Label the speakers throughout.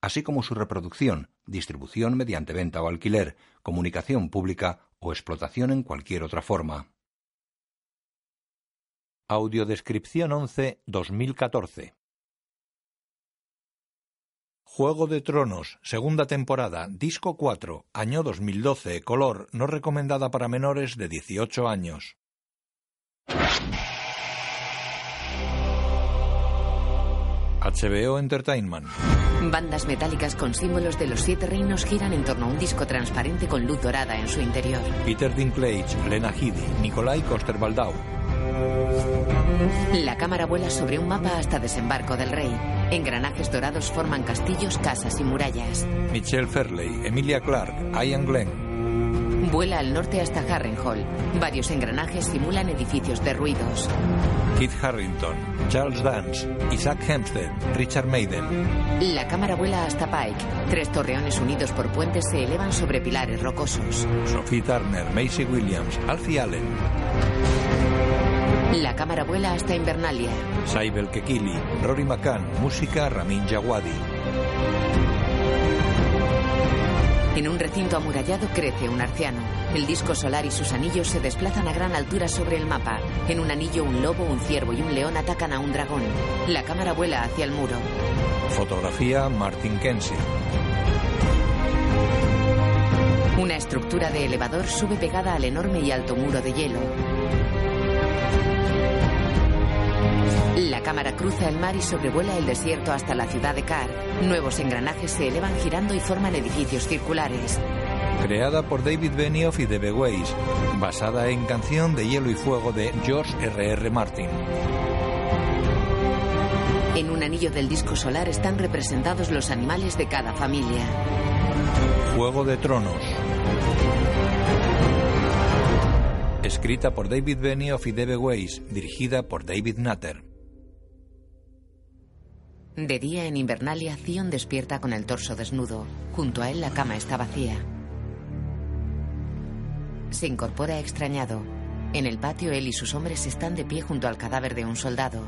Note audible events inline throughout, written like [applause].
Speaker 1: así como su reproducción, distribución mediante venta o alquiler, comunicación pública o explotación en cualquier otra forma.
Speaker 2: Audiodescripción 11 2014 Juego de Tronos, segunda temporada, disco 4, año 2012, color, no recomendada para menores de 18 años. HBO Entertainment.
Speaker 3: Bandas metálicas con símbolos de los siete reinos giran en torno a un disco transparente con luz dorada en su interior.
Speaker 2: Peter Dinklage, Lena Headey, Nikolai Coster-Waldau.
Speaker 3: La cámara vuela sobre un mapa hasta desembarco del rey. Engranajes dorados forman castillos, casas y murallas.
Speaker 2: Michelle Ferley, Emilia Clarke, Ian Glenn.
Speaker 3: Vuela al norte hasta Harrenhall. Varios engranajes simulan edificios derruidos.
Speaker 2: Keith Harrington, Charles Dance, Isaac Hempstead, Richard Maiden.
Speaker 3: La cámara vuela hasta Pike. Tres torreones unidos por puentes se elevan sobre pilares rocosos.
Speaker 2: Sophie Turner, Macy Williams, Alfie Allen.
Speaker 3: La cámara vuela hasta Invernalia.
Speaker 2: Saibel Kekili, Rory McCann, música Ramin Jawadi.
Speaker 3: En un recinto amurallado crece un arciano. El disco solar y sus anillos se desplazan a gran altura sobre el mapa. En un anillo un lobo, un ciervo y un león atacan a un dragón. La cámara vuela hacia el muro.
Speaker 2: Fotografía Martin Kenzie.
Speaker 3: Una estructura de elevador sube pegada al enorme y alto muro de hielo. La cámara cruza el mar y sobrevuela el desierto hasta la ciudad de Car. Nuevos engranajes se elevan girando y forman edificios circulares.
Speaker 2: Creada por David Benioff y The Beways, basada en Canción de Hielo y Fuego de George R.R. R. Martin.
Speaker 3: En un anillo del disco solar están representados los animales de cada familia.
Speaker 2: Juego de Tronos. Escrita por David Benioff y The Beways, dirigida por David Nutter.
Speaker 3: De día en Invernalia, Zion despierta con el torso desnudo. Junto a él la cama está vacía. Se incorpora extrañado. En el patio, él y sus hombres están de pie junto al cadáver de un soldado.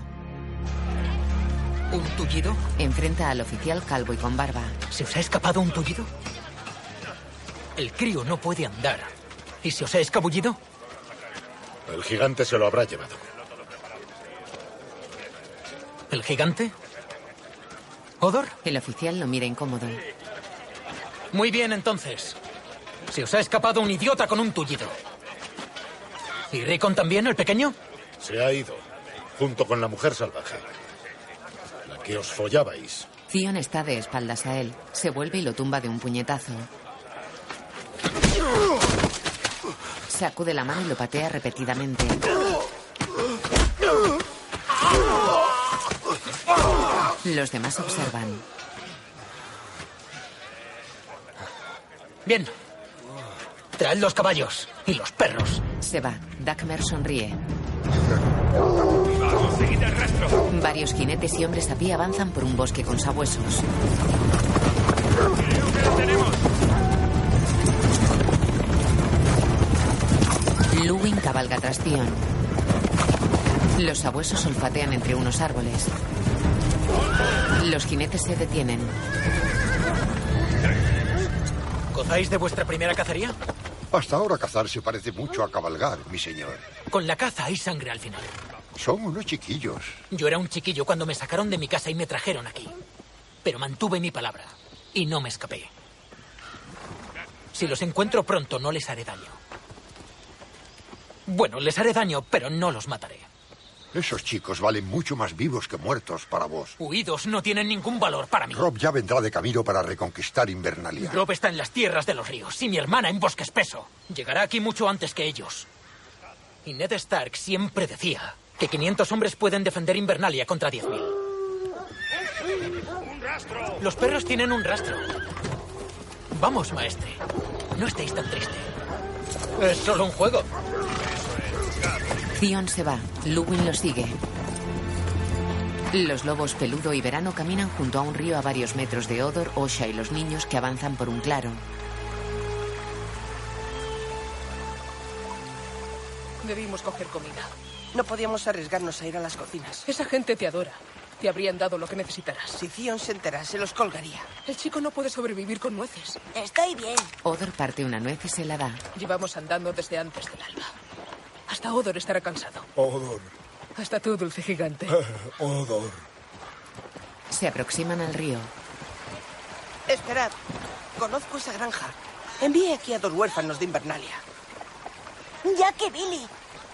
Speaker 4: ¿Un tullido?
Speaker 3: Enfrenta al oficial calvo y con barba.
Speaker 4: ¿Se os ha escapado un tullido? El crío no puede andar. ¿Y se os ha escabullido?
Speaker 5: El gigante se lo habrá llevado.
Speaker 4: ¿El gigante? ¿Odor?
Speaker 3: El oficial lo mira incómodo.
Speaker 4: Muy bien, entonces. Se os ha escapado un idiota con un tullido. ¿Y Ricon también, el pequeño?
Speaker 5: Se ha ido, junto con la mujer salvaje. La que os follabais.
Speaker 3: Zion está de espaldas a él. Se vuelve y lo tumba de un puñetazo. Sacude la mano y lo patea repetidamente. Los demás observan.
Speaker 4: Bien. Traed los caballos y los perros.
Speaker 3: Se va. Dagmer sonríe.
Speaker 6: Vamos, seguid el rastro.
Speaker 3: Varios jinetes y hombres a pie avanzan por un bosque con sabuesos.
Speaker 6: Creo que lo tenemos.
Speaker 3: Luwin cabalga tras Tion. Los sabuesos olfatean entre unos árboles. Los jinetes se detienen.
Speaker 4: ¿Gozáis de vuestra primera cacería?
Speaker 5: Hasta ahora cazar se parece mucho a cabalgar, mi señor.
Speaker 4: Con la caza hay sangre al final.
Speaker 5: Son unos chiquillos.
Speaker 4: Yo era un chiquillo cuando me sacaron de mi casa y me trajeron aquí. Pero mantuve mi palabra y no me escapé. Si los encuentro pronto no les haré daño. Bueno, les haré daño, pero no los mataré.
Speaker 5: Esos chicos valen mucho más vivos que muertos para vos.
Speaker 4: Huidos no tienen ningún valor para mí.
Speaker 5: Rob ya vendrá de camino para reconquistar Invernalia.
Speaker 4: Rob está en las tierras de los ríos y mi hermana en bosque espeso. Llegará aquí mucho antes que ellos. Y Ned Stark siempre decía que 500 hombres pueden defender Invernalia contra 10.000.
Speaker 6: ¡Un rastro!
Speaker 4: Los perros tienen un rastro. Vamos, maestre. No estéis tan triste. Es solo un juego.
Speaker 3: Theon se va. Luwin lo sigue. Los lobos peludo y verano caminan junto a un río a varios metros de Odor, Osha y los niños que avanzan por un claro.
Speaker 7: Debimos coger comida.
Speaker 8: No podíamos arriesgarnos a ir a las cocinas.
Speaker 7: Esa gente te adora. Te habrían dado lo que necesitaras.
Speaker 8: Si Zion se enterase, los colgaría.
Speaker 7: El chico no puede sobrevivir con nueces.
Speaker 9: Estoy bien.
Speaker 3: Odor parte una nuez y se la da.
Speaker 7: Llevamos andando desde antes del alba. Hasta Odor estará cansado.
Speaker 10: Odor,
Speaker 7: Hasta tú, dulce gigante.
Speaker 10: odor.
Speaker 3: Se aproximan al río.
Speaker 8: Esperad. Conozco esa granja. Envié aquí a dos huérfanos de Invernalia.
Speaker 9: Jack y Billy.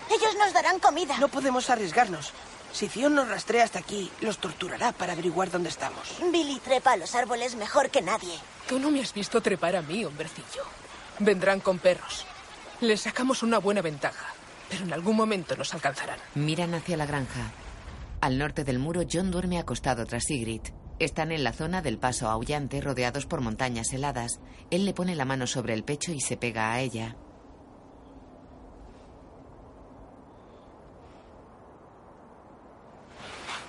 Speaker 9: Ellos nos darán comida.
Speaker 8: No podemos arriesgarnos. Si Zion nos rastrea hasta aquí, los torturará para averiguar dónde estamos.
Speaker 9: Billy trepa a los árboles mejor que nadie.
Speaker 7: Tú no me has visto trepar a mí, hombrecillo. Vendrán con perros. Les sacamos una buena ventaja, pero en algún momento nos alcanzarán.
Speaker 3: Miran hacia la granja. Al norte del muro, John duerme acostado tras Sigrid. Están en la zona del paso aullante, rodeados por montañas heladas. Él le pone la mano sobre el pecho y se pega a ella.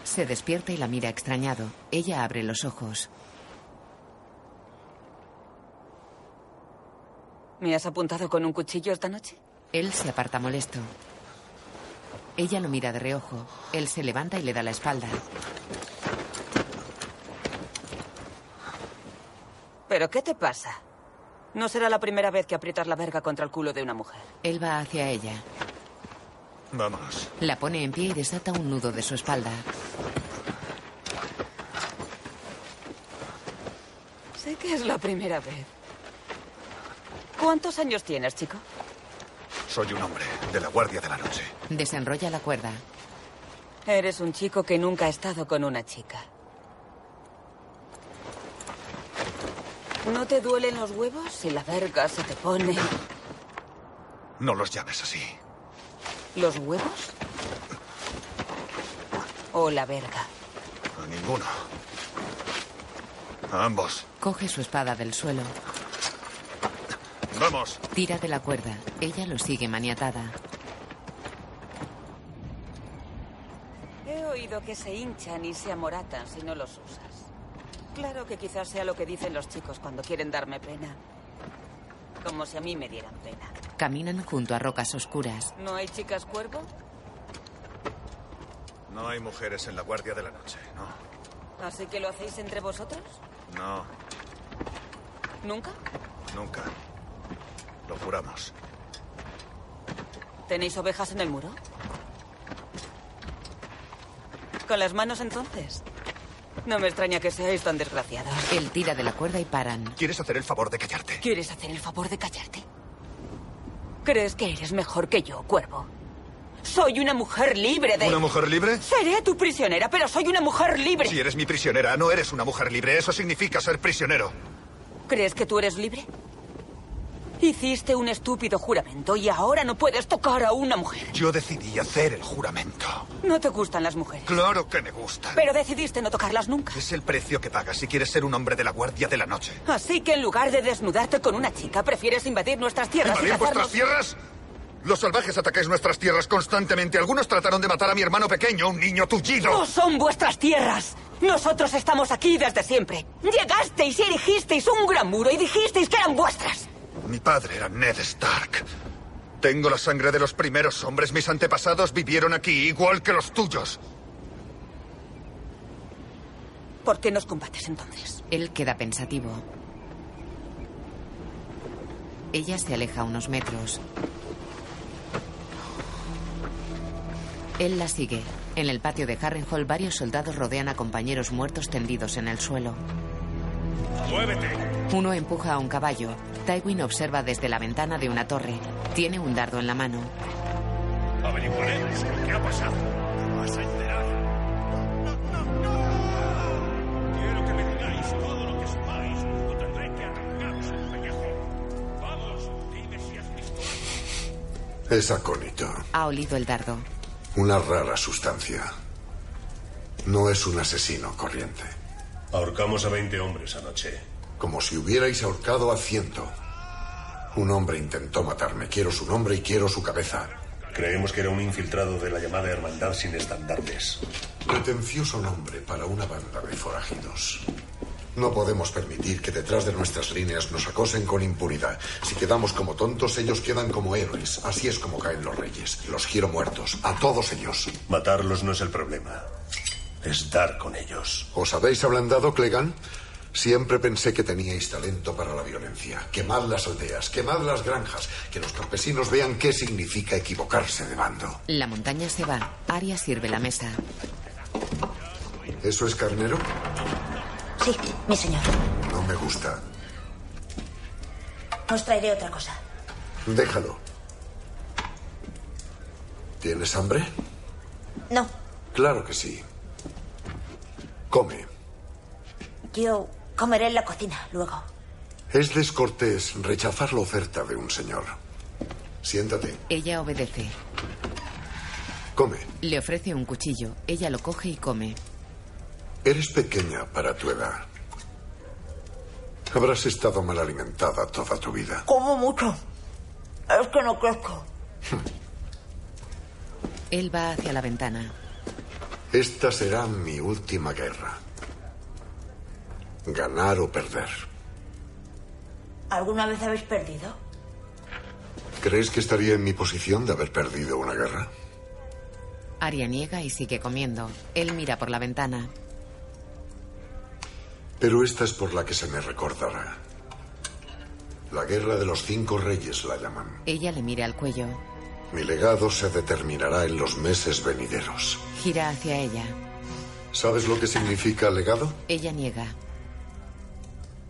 Speaker 3: Se despierta y la mira extrañado. Ella abre los ojos.
Speaker 11: ¿Me has apuntado con un cuchillo esta noche?
Speaker 3: Él se aparta molesto. Ella lo mira de reojo. Él se levanta y le da la espalda.
Speaker 11: ¿Pero qué te pasa? No será la primera vez que aprietas la verga contra el culo de una mujer.
Speaker 3: Él va hacia ella.
Speaker 10: Vamos.
Speaker 3: La pone en pie y desata un nudo de su espalda.
Speaker 11: Sé que es la primera vez. ¿Cuántos años tienes, chico?
Speaker 10: Soy un hombre de la Guardia de la Noche.
Speaker 3: Desenrolla la cuerda.
Speaker 11: Eres un chico que nunca ha estado con una chica. ¿No te duelen los huevos si la verga se te pone?
Speaker 10: No los llames así.
Speaker 11: ¿Los huevos? ¿O la verga?
Speaker 10: A ninguno. A ambos.
Speaker 3: Coge su espada del suelo.
Speaker 10: Vamos.
Speaker 3: Tira de la cuerda. Ella lo sigue maniatada.
Speaker 11: He oído que se hinchan y se amoratan si no los usas. Claro que quizás sea lo que dicen los chicos cuando quieren darme pena. Como si a mí me dieran pena.
Speaker 3: Caminan junto a rocas oscuras.
Speaker 11: ¿No hay chicas cuervo?
Speaker 10: No hay mujeres en la Guardia de la Noche, no.
Speaker 11: ¿Así que lo hacéis entre vosotros?
Speaker 10: No,
Speaker 11: ¿Nunca?
Speaker 10: nunca. Lo juramos.
Speaker 11: ¿Tenéis ovejas en el muro? Con las manos entonces. No me extraña que seáis tan desgraciados.
Speaker 3: Él tira de la cuerda y paran.
Speaker 10: ¿Quieres hacer el favor de callarte?
Speaker 11: ¿Quieres hacer el favor de callarte? ¿Crees que eres mejor que yo, cuervo? Soy una mujer libre de...
Speaker 10: ¿Una mujer libre?
Speaker 11: Seré tu prisionera, pero soy una mujer libre.
Speaker 10: Si eres mi prisionera, no eres una mujer libre. Eso significa ser prisionero.
Speaker 11: ¿Crees que tú eres libre? Hiciste un estúpido juramento y ahora no puedes tocar a una mujer.
Speaker 10: Yo decidí hacer el juramento.
Speaker 11: No te gustan las mujeres.
Speaker 10: Claro que me gusta.
Speaker 11: Pero decidiste no tocarlas nunca.
Speaker 10: Es el precio que pagas si quieres ser un hombre de la Guardia de la Noche.
Speaker 11: Así que en lugar de desnudarte con una chica, prefieres invadir nuestras tierras y
Speaker 10: ¿Invadir vuestras
Speaker 11: cazarnos.
Speaker 10: tierras? Los salvajes atacáis nuestras tierras constantemente. Algunos trataron de matar a mi hermano pequeño, un niño tullido.
Speaker 11: ¡No son vuestras tierras! Nosotros estamos aquí desde siempre. Llegasteis y erigisteis un gran muro y dijisteis que eran vuestras.
Speaker 10: Mi padre era Ned Stark. Tengo la sangre de los primeros hombres. Mis antepasados vivieron aquí, igual que los tuyos.
Speaker 11: ¿Por qué nos combates entonces?
Speaker 3: Él queda pensativo. Ella se aleja unos metros. Él la sigue. En el patio de Harrenhall, varios soldados rodean a compañeros muertos tendidos en el suelo. Uno empuja a un caballo. Tywin observa desde la ventana de una torre. Tiene un dardo en la mano.
Speaker 12: Es acónito.
Speaker 3: Ha olido el dardo.
Speaker 12: Una rara sustancia. No es un asesino corriente.
Speaker 5: Ahorcamos a 20 hombres anoche. como si hubierais ahorcado a ciento. Un hombre intentó matarme. Quiero su nombre y quiero su cabeza.
Speaker 13: Creemos que era un infiltrado de la llamada Hermandad sin estandartes.
Speaker 5: Pretencioso nombre para una banda de forajidos. No podemos permitir que detrás de nuestras líneas nos acosen con impunidad. Si quedamos como tontos, ellos quedan como héroes. Así es como caen los reyes. Los quiero muertos. A todos ellos.
Speaker 13: Matarlos no es el problema. Es dar con ellos.
Speaker 5: ¿Os habéis ablandado, Clegan? Siempre pensé que teníais talento para la violencia. Quemad las aldeas, quemad las granjas, que los campesinos vean qué significa equivocarse de bando.
Speaker 3: La montaña se va. Aria sirve la mesa.
Speaker 5: ¿Eso es carnero?
Speaker 12: Sí, mi señor.
Speaker 5: No me gusta.
Speaker 12: Os traeré otra cosa.
Speaker 5: Déjalo. ¿Tienes hambre?
Speaker 12: No,
Speaker 5: Claro que sí. Come.
Speaker 12: yo comeré en la cocina luego.
Speaker 5: Es descortés rechazar la oferta de un señor. Siéntate.
Speaker 3: Ella obedece.
Speaker 5: Come.
Speaker 3: Le ofrece un cuchillo. Ella lo coge y come.
Speaker 5: Eres pequeña para tu edad. Habrás estado mal alimentada toda tu vida.
Speaker 12: Como mucho. Es que no crezco.
Speaker 3: Él va hacia la ventana.
Speaker 5: Esta será mi última guerra. Ganar o perder.
Speaker 12: ¿Alguna vez habéis perdido?
Speaker 5: ¿Crees que estaría en mi posición de haber perdido una guerra?
Speaker 3: Aria niega y sigue comiendo. Él mira por la ventana.
Speaker 5: Pero esta es por la que se me recordará. La guerra de los cinco reyes la llaman.
Speaker 3: Ella le mira al cuello.
Speaker 5: Mi legado se determinará en los meses venideros.
Speaker 3: Gira hacia ella.
Speaker 5: ¿Sabes lo que significa legado?
Speaker 3: Ella niega.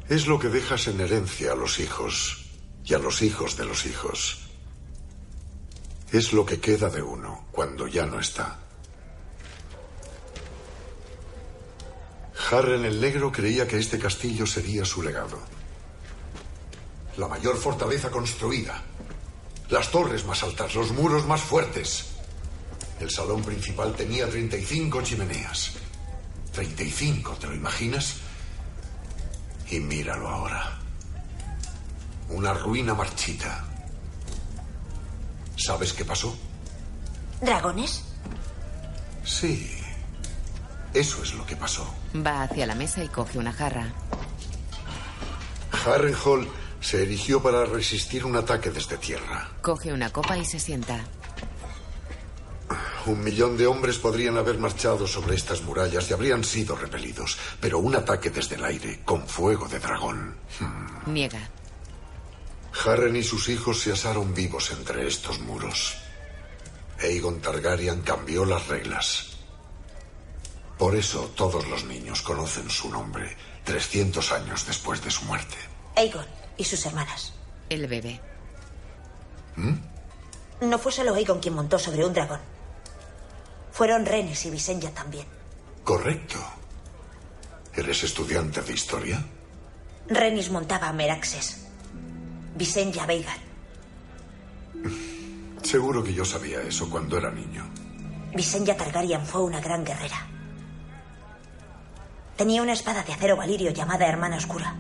Speaker 5: Es lo que dejas en herencia a los hijos y a los hijos de los hijos. Es lo que queda de uno cuando ya no está. Harren el Negro creía que este castillo sería su legado. La mayor fortaleza construida. Las torres más altas, los muros más fuertes. El salón principal tenía 35 chimeneas. 35, ¿te lo imaginas? Y míralo ahora. Una ruina marchita. ¿Sabes qué pasó?
Speaker 12: ¿Dragones?
Speaker 5: Sí. Eso es lo que pasó.
Speaker 3: Va hacia la mesa y coge una jarra.
Speaker 5: Harrenhal se erigió para resistir un ataque desde tierra.
Speaker 3: Coge una copa y se sienta.
Speaker 5: Un millón de hombres podrían haber marchado sobre estas murallas y habrían sido repelidos, pero un ataque desde el aire, con fuego de dragón.
Speaker 3: Niega.
Speaker 5: Harren y sus hijos se asaron vivos entre estos muros. Aegon Targaryen cambió las reglas. Por eso todos los niños conocen su nombre 300 años después de su muerte.
Speaker 12: Aegon y sus hermanas.
Speaker 3: El bebé.
Speaker 12: No fue solo Aegon quien montó sobre un dragón. Fueron Renes y Visenya también.
Speaker 5: Correcto. ¿Eres estudiante de historia?
Speaker 12: Renis montaba a Meraxes. Visenya a Veigar.
Speaker 5: Seguro que yo sabía eso cuando era niño.
Speaker 12: Visenya Targaryen fue una gran guerrera. Tenía una espada de acero valirio llamada Hermana Oscura.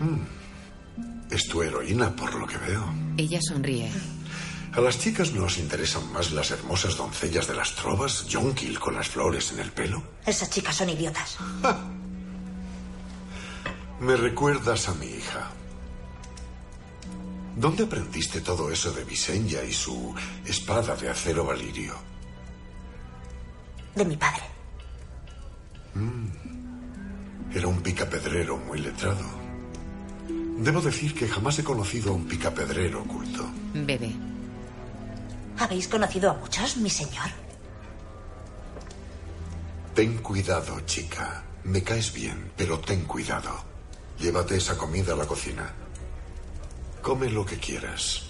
Speaker 5: Hmm. Es tu heroína, por lo que veo.
Speaker 3: Ella sonríe.
Speaker 5: A las chicas nos interesan más las hermosas doncellas de las trovas, Jonkil con las flores en el pelo.
Speaker 12: Esas chicas son idiotas.
Speaker 5: Me recuerdas a mi hija. ¿Dónde aprendiste todo eso de Visenya y su espada de acero valirio?
Speaker 12: De mi padre.
Speaker 5: Era un picapedrero muy letrado. Debo decir que jamás he conocido a un picapedrero culto.
Speaker 3: Bebe.
Speaker 12: ¿Habéis conocido a muchos, mi señor?
Speaker 5: Ten cuidado, chica. Me caes bien, pero ten cuidado. Llévate esa comida a la cocina. Come lo que quieras.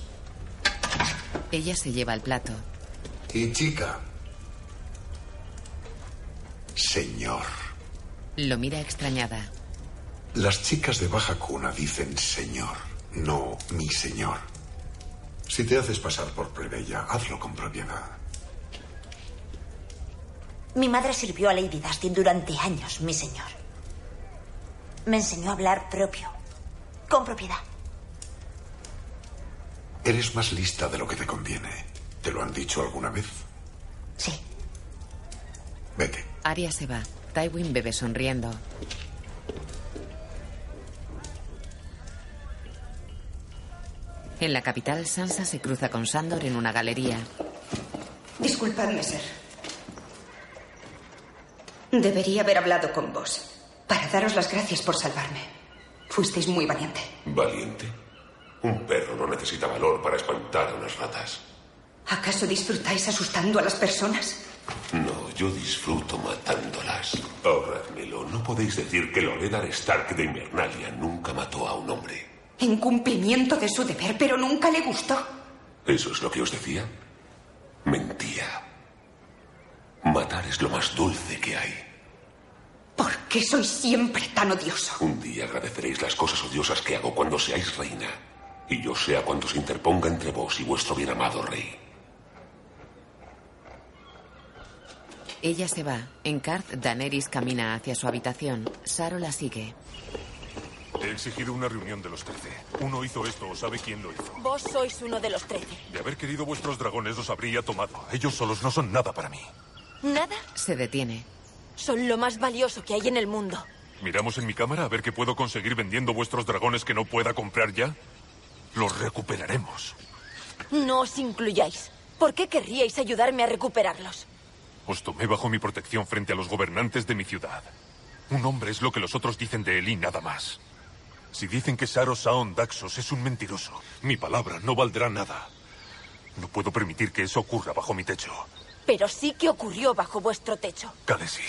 Speaker 3: Ella se lleva el plato.
Speaker 5: Y chica. Señor.
Speaker 3: Lo mira extrañada.
Speaker 5: Las chicas de baja cuna dicen señor, no mi señor. Si te haces pasar por plebeya, hazlo con propiedad.
Speaker 12: Mi madre sirvió a Lady Dustin durante años, mi señor.
Speaker 14: Me enseñó a hablar propio, con propiedad.
Speaker 5: Eres más lista de lo que te conviene. ¿Te lo han dicho alguna vez?
Speaker 14: Sí.
Speaker 5: Vete.
Speaker 3: Arya se va. Tywin bebe sonriendo. En la capital, Sansa se cruza con Sandor en una galería.
Speaker 7: Disculpadme, ser. Debería haber hablado con vos para daros las gracias por salvarme. Fuisteis muy valiente.
Speaker 12: ¿Valiente? Un perro no necesita valor para espantar a unas ratas.
Speaker 7: ¿Acaso disfrutáis asustando a las personas?
Speaker 12: No, yo disfruto matándolas. Ahorradmelo. No podéis decir que Loredar Stark de Invernalia nunca mató a un hombre.
Speaker 7: En cumplimiento de su deber, pero nunca le gustó.
Speaker 12: ¿Eso es lo que os decía? Mentía. Matar es lo más dulce que hay.
Speaker 7: ¿Por qué soy siempre tan odioso?
Speaker 12: Un día agradeceréis las cosas odiosas que hago cuando seáis reina. Y yo sea cuando se interponga entre vos y vuestro bien amado rey.
Speaker 3: Ella se va. En Karth, Daenerys camina hacia su habitación. Saro la sigue.
Speaker 15: He exigido una reunión de los trece. Uno hizo esto o sabe quién lo hizo.
Speaker 16: Vos sois uno de los trece.
Speaker 15: De haber querido vuestros dragones los habría tomado. Ellos solos no son nada para mí.
Speaker 16: ¿Nada?
Speaker 3: Se detiene.
Speaker 16: Son lo más valioso que hay en el mundo.
Speaker 15: Miramos en mi cámara a ver qué puedo conseguir vendiendo vuestros dragones que no pueda comprar ya. Los recuperaremos.
Speaker 16: No os incluyáis. ¿Por qué querríais ayudarme a recuperarlos?
Speaker 15: Os tomé bajo mi protección frente a los gobernantes de mi ciudad. Un hombre es lo que los otros dicen de él y nada más. Si dicen que Saro Saon Daxos es un mentiroso, mi palabra no valdrá nada. No puedo permitir que eso ocurra bajo mi techo.
Speaker 16: Pero sí que ocurrió bajo vuestro techo.
Speaker 15: Khaleesi,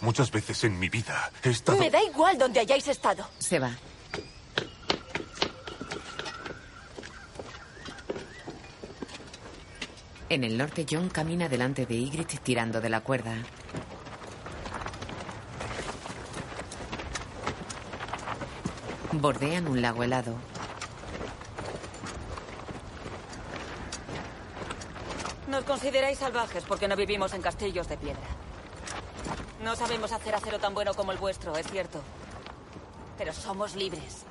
Speaker 15: muchas veces en mi vida he estado...
Speaker 16: Me da igual donde hayáis estado.
Speaker 3: Se va. En el norte, John camina delante de Ygritte tirando de la cuerda. Bordean un lago helado.
Speaker 11: Nos consideráis salvajes porque no vivimos en castillos de piedra. No sabemos hacer acero tan bueno como el vuestro, es cierto. Pero somos libres.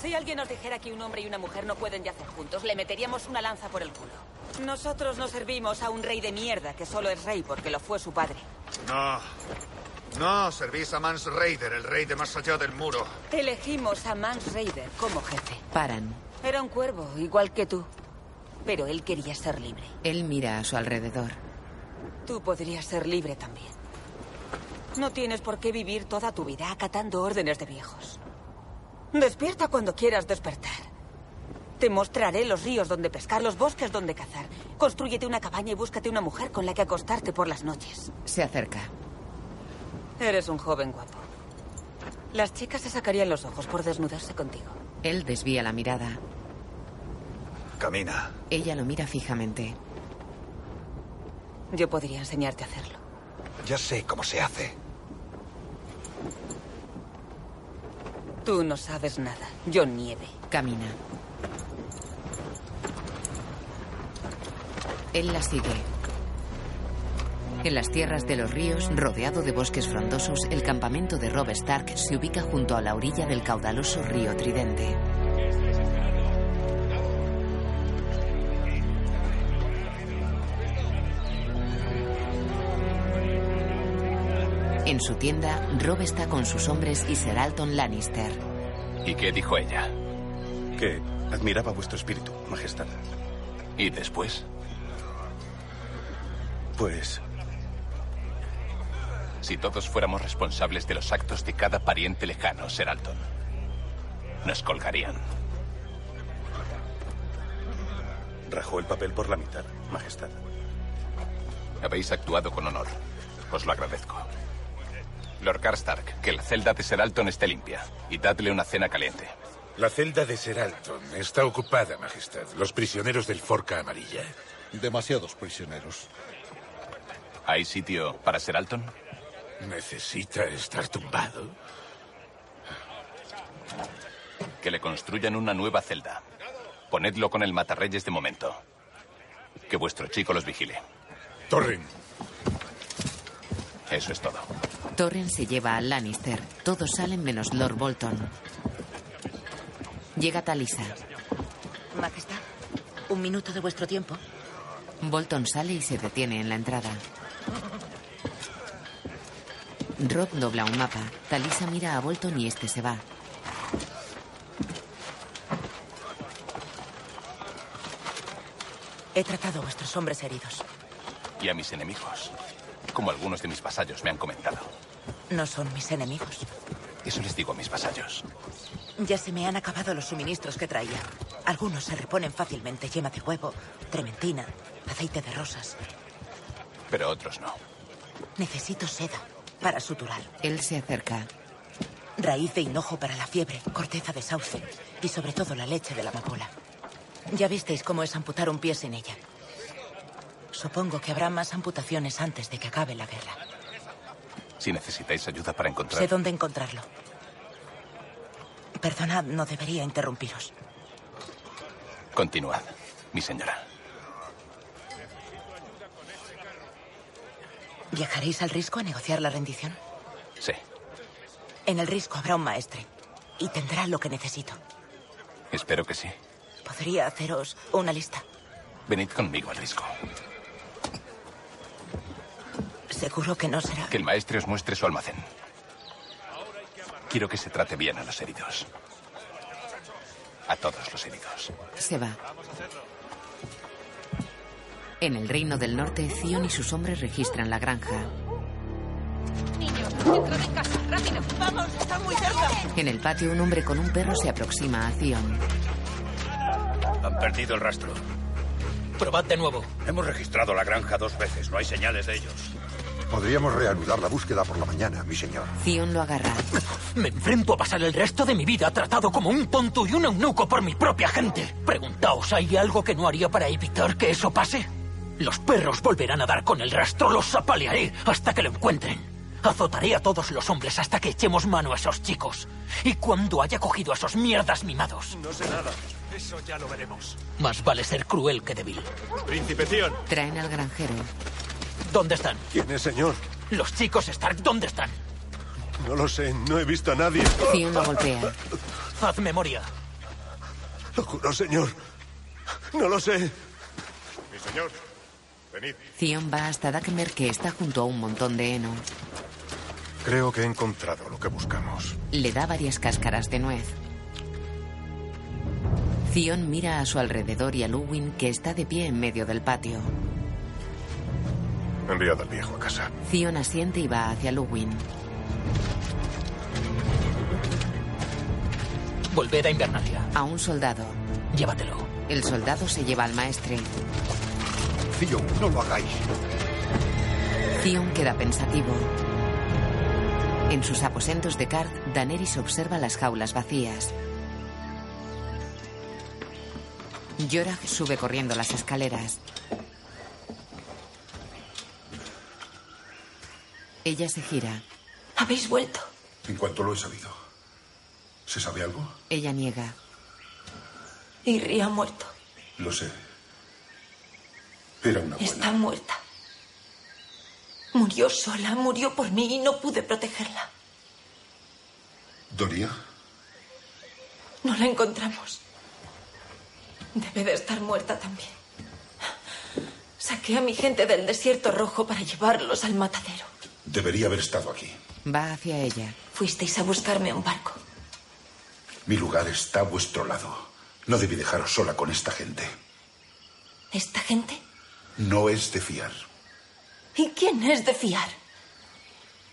Speaker 11: Si alguien nos dijera que un hombre y una mujer no pueden yacer juntos, le meteríamos una lanza por el culo. Nosotros no servimos a un rey de mierda que solo es rey porque lo fue su padre.
Speaker 10: No. No, servís a Mans Raider, el rey de más allá del muro.
Speaker 11: Elegimos a Mans Raider como jefe.
Speaker 3: Paran.
Speaker 11: Era un cuervo, igual que tú. Pero él quería ser libre.
Speaker 3: Él mira a su alrededor.
Speaker 11: Tú podrías ser libre también. No tienes por qué vivir toda tu vida acatando órdenes de viejos. Despierta cuando quieras despertar. Te mostraré los ríos donde pescar, los bosques donde cazar. Construyete una cabaña y búscate una mujer con la que acostarte por las noches.
Speaker 3: Se acerca.
Speaker 11: Eres un joven guapo. Las chicas se sacarían los ojos por desnudarse contigo.
Speaker 3: Él desvía la mirada.
Speaker 10: Camina.
Speaker 3: Ella lo mira fijamente.
Speaker 11: Yo podría enseñarte a hacerlo.
Speaker 10: Ya sé cómo se hace.
Speaker 11: Tú no sabes nada. Yo nieve.
Speaker 3: Camina. Él la sigue. En las tierras de los ríos, rodeado de bosques frondosos, el campamento de Rob Stark se ubica junto a la orilla del caudaloso río Tridente. En su tienda, Rob está con sus hombres y Ser Alton Lannister.
Speaker 13: ¿Y qué dijo ella?
Speaker 15: Que admiraba vuestro espíritu, Majestad.
Speaker 13: ¿Y después?
Speaker 15: Pues
Speaker 13: si todos fuéramos responsables de los actos de cada pariente lejano, Ser Alton. Nos colgarían.
Speaker 15: Rajó el papel por la mitad, Majestad.
Speaker 13: Habéis actuado con honor. Os lo agradezco. Lord Karstark, que la celda de Ser Alton esté limpia y dadle una cena caliente.
Speaker 17: La celda de Ser Alton está ocupada, Majestad. Los prisioneros del Forca Amarilla.
Speaker 18: Demasiados prisioneros.
Speaker 13: ¿Hay sitio para Ser Alton?
Speaker 17: ¿Necesita estar tumbado?
Speaker 13: Que le construyan una nueva celda. Ponedlo con el matarreyes de momento. Que vuestro chico los vigile.
Speaker 17: Torren.
Speaker 13: Eso es todo.
Speaker 3: Torren se lleva a Lannister. Todos salen menos Lord Bolton. Llega Talisa.
Speaker 19: Majestad, un minuto de vuestro tiempo.
Speaker 3: Bolton sale y se detiene en la entrada. Rob dobla un mapa. Talisa mira a Bolton y este se va.
Speaker 19: He tratado a vuestros hombres heridos.
Speaker 13: Y a mis enemigos, como algunos de mis vasallos me han comentado.
Speaker 19: No son mis enemigos.
Speaker 13: Eso les digo a mis vasallos.
Speaker 19: Ya se me han acabado los suministros que traía. Algunos se reponen fácilmente. Yema de huevo, trementina, aceite de rosas.
Speaker 13: Pero otros no.
Speaker 19: Necesito seda para suturar.
Speaker 3: Él se acerca.
Speaker 19: Raíz de hinojo para la fiebre, corteza de sauce y sobre todo la leche de la amapola. Ya visteis cómo es amputar un pie sin ella. Supongo que habrá más amputaciones antes de que acabe la guerra.
Speaker 13: Si necesitáis ayuda para encontrar...
Speaker 19: Sé dónde encontrarlo. Perdonad, no debería interrumpiros.
Speaker 13: Continuad, mi señora.
Speaker 19: ¿Viajaréis al risco a negociar la rendición?
Speaker 13: Sí,
Speaker 19: En el risco habrá un maestre y tendrá lo que necesito.
Speaker 13: espero que sí.
Speaker 19: Podría haceros una lista.
Speaker 13: Venid conmigo al risco.
Speaker 19: Seguro que no será.
Speaker 13: Que el maestre os muestre su almacén. Quiero que se trate bien a los heridos. A todos los heridos.
Speaker 3: Se va. En el Reino del Norte, Zion y sus hombres registran la granja.
Speaker 7: Niños, dentro de casa, rápido. Vamos, están muy cerca.
Speaker 3: En el patio, un hombre con un perro se aproxima a Zion.
Speaker 12: Han perdido el rastro.
Speaker 4: Probad de nuevo.
Speaker 12: Hemos registrado la granja dos veces. No hay señales de ellos.
Speaker 20: Podríamos reanudar la búsqueda por la mañana, mi señor.
Speaker 3: Zion lo agarra.
Speaker 4: [laughs] Me enfrento a pasar el resto de mi vida tratado como un tonto y un eunuco por mi propia gente. Preguntaos, ¿hay algo que no haría para evitar que eso pase? Los perros volverán a dar con el rastro, los apalearé hasta que lo encuentren. Azotaré a todos los hombres hasta que echemos mano a esos chicos. Y cuando haya cogido a esos mierdas mimados,
Speaker 21: No sé nada. Eso ya lo veremos.
Speaker 4: más vale ser cruel que débil.
Speaker 21: Príncipe Tion.
Speaker 3: Traen al granjero.
Speaker 4: ¿Dónde están?
Speaker 21: ¿Quién es, señor?
Speaker 4: Los chicos Stark, ¿dónde están?
Speaker 21: No lo sé. No he visto a nadie.
Speaker 3: Zion lo golpea.
Speaker 4: Haz memoria.
Speaker 21: Lo juro, señor. No lo sé.
Speaker 18: Mi señor, venid.
Speaker 3: Zion va hasta Dagmer, que está junto a un montón de heno.
Speaker 21: Creo que he encontrado lo que buscamos.
Speaker 3: Le da varias cáscaras de nuez. Zion mira a su alrededor y a Luwin, que está de pie en medio del patio.
Speaker 21: Enviad al viejo a casa.
Speaker 3: Zion asiente y va hacia Luwin.
Speaker 4: Volved a Invernalia.
Speaker 3: A un soldado.
Speaker 4: Llévatelo.
Speaker 3: El soldado se lleva al maestre.
Speaker 20: Zion, no lo hagáis.
Speaker 3: Theon queda pensativo. En sus aposentos de Card, Daenerys observa las jaulas vacías. Jorah sube corriendo las escaleras. Ella se gira.
Speaker 16: Habéis vuelto.
Speaker 20: En cuanto lo he sabido. ¿Se sabe algo?
Speaker 3: Ella niega.
Speaker 16: Irri ha muerto.
Speaker 20: Lo sé. Era una...
Speaker 16: Está muerta. Murió sola, murió por mí y no pude protegerla.
Speaker 20: ¿Doría?
Speaker 16: No la encontramos. Debe de estar muerta también. Saqué a mi gente del desierto rojo para llevarlos al matadero.
Speaker 20: Debería haber estado aquí.
Speaker 3: Va hacia ella.
Speaker 16: Fuisteis a buscarme a un barco.
Speaker 20: Mi lugar está a vuestro lado. No debí dejaros sola con esta gente.
Speaker 16: ¿Esta gente?
Speaker 20: No es de fiar.
Speaker 16: ¿Y quién es de fiar?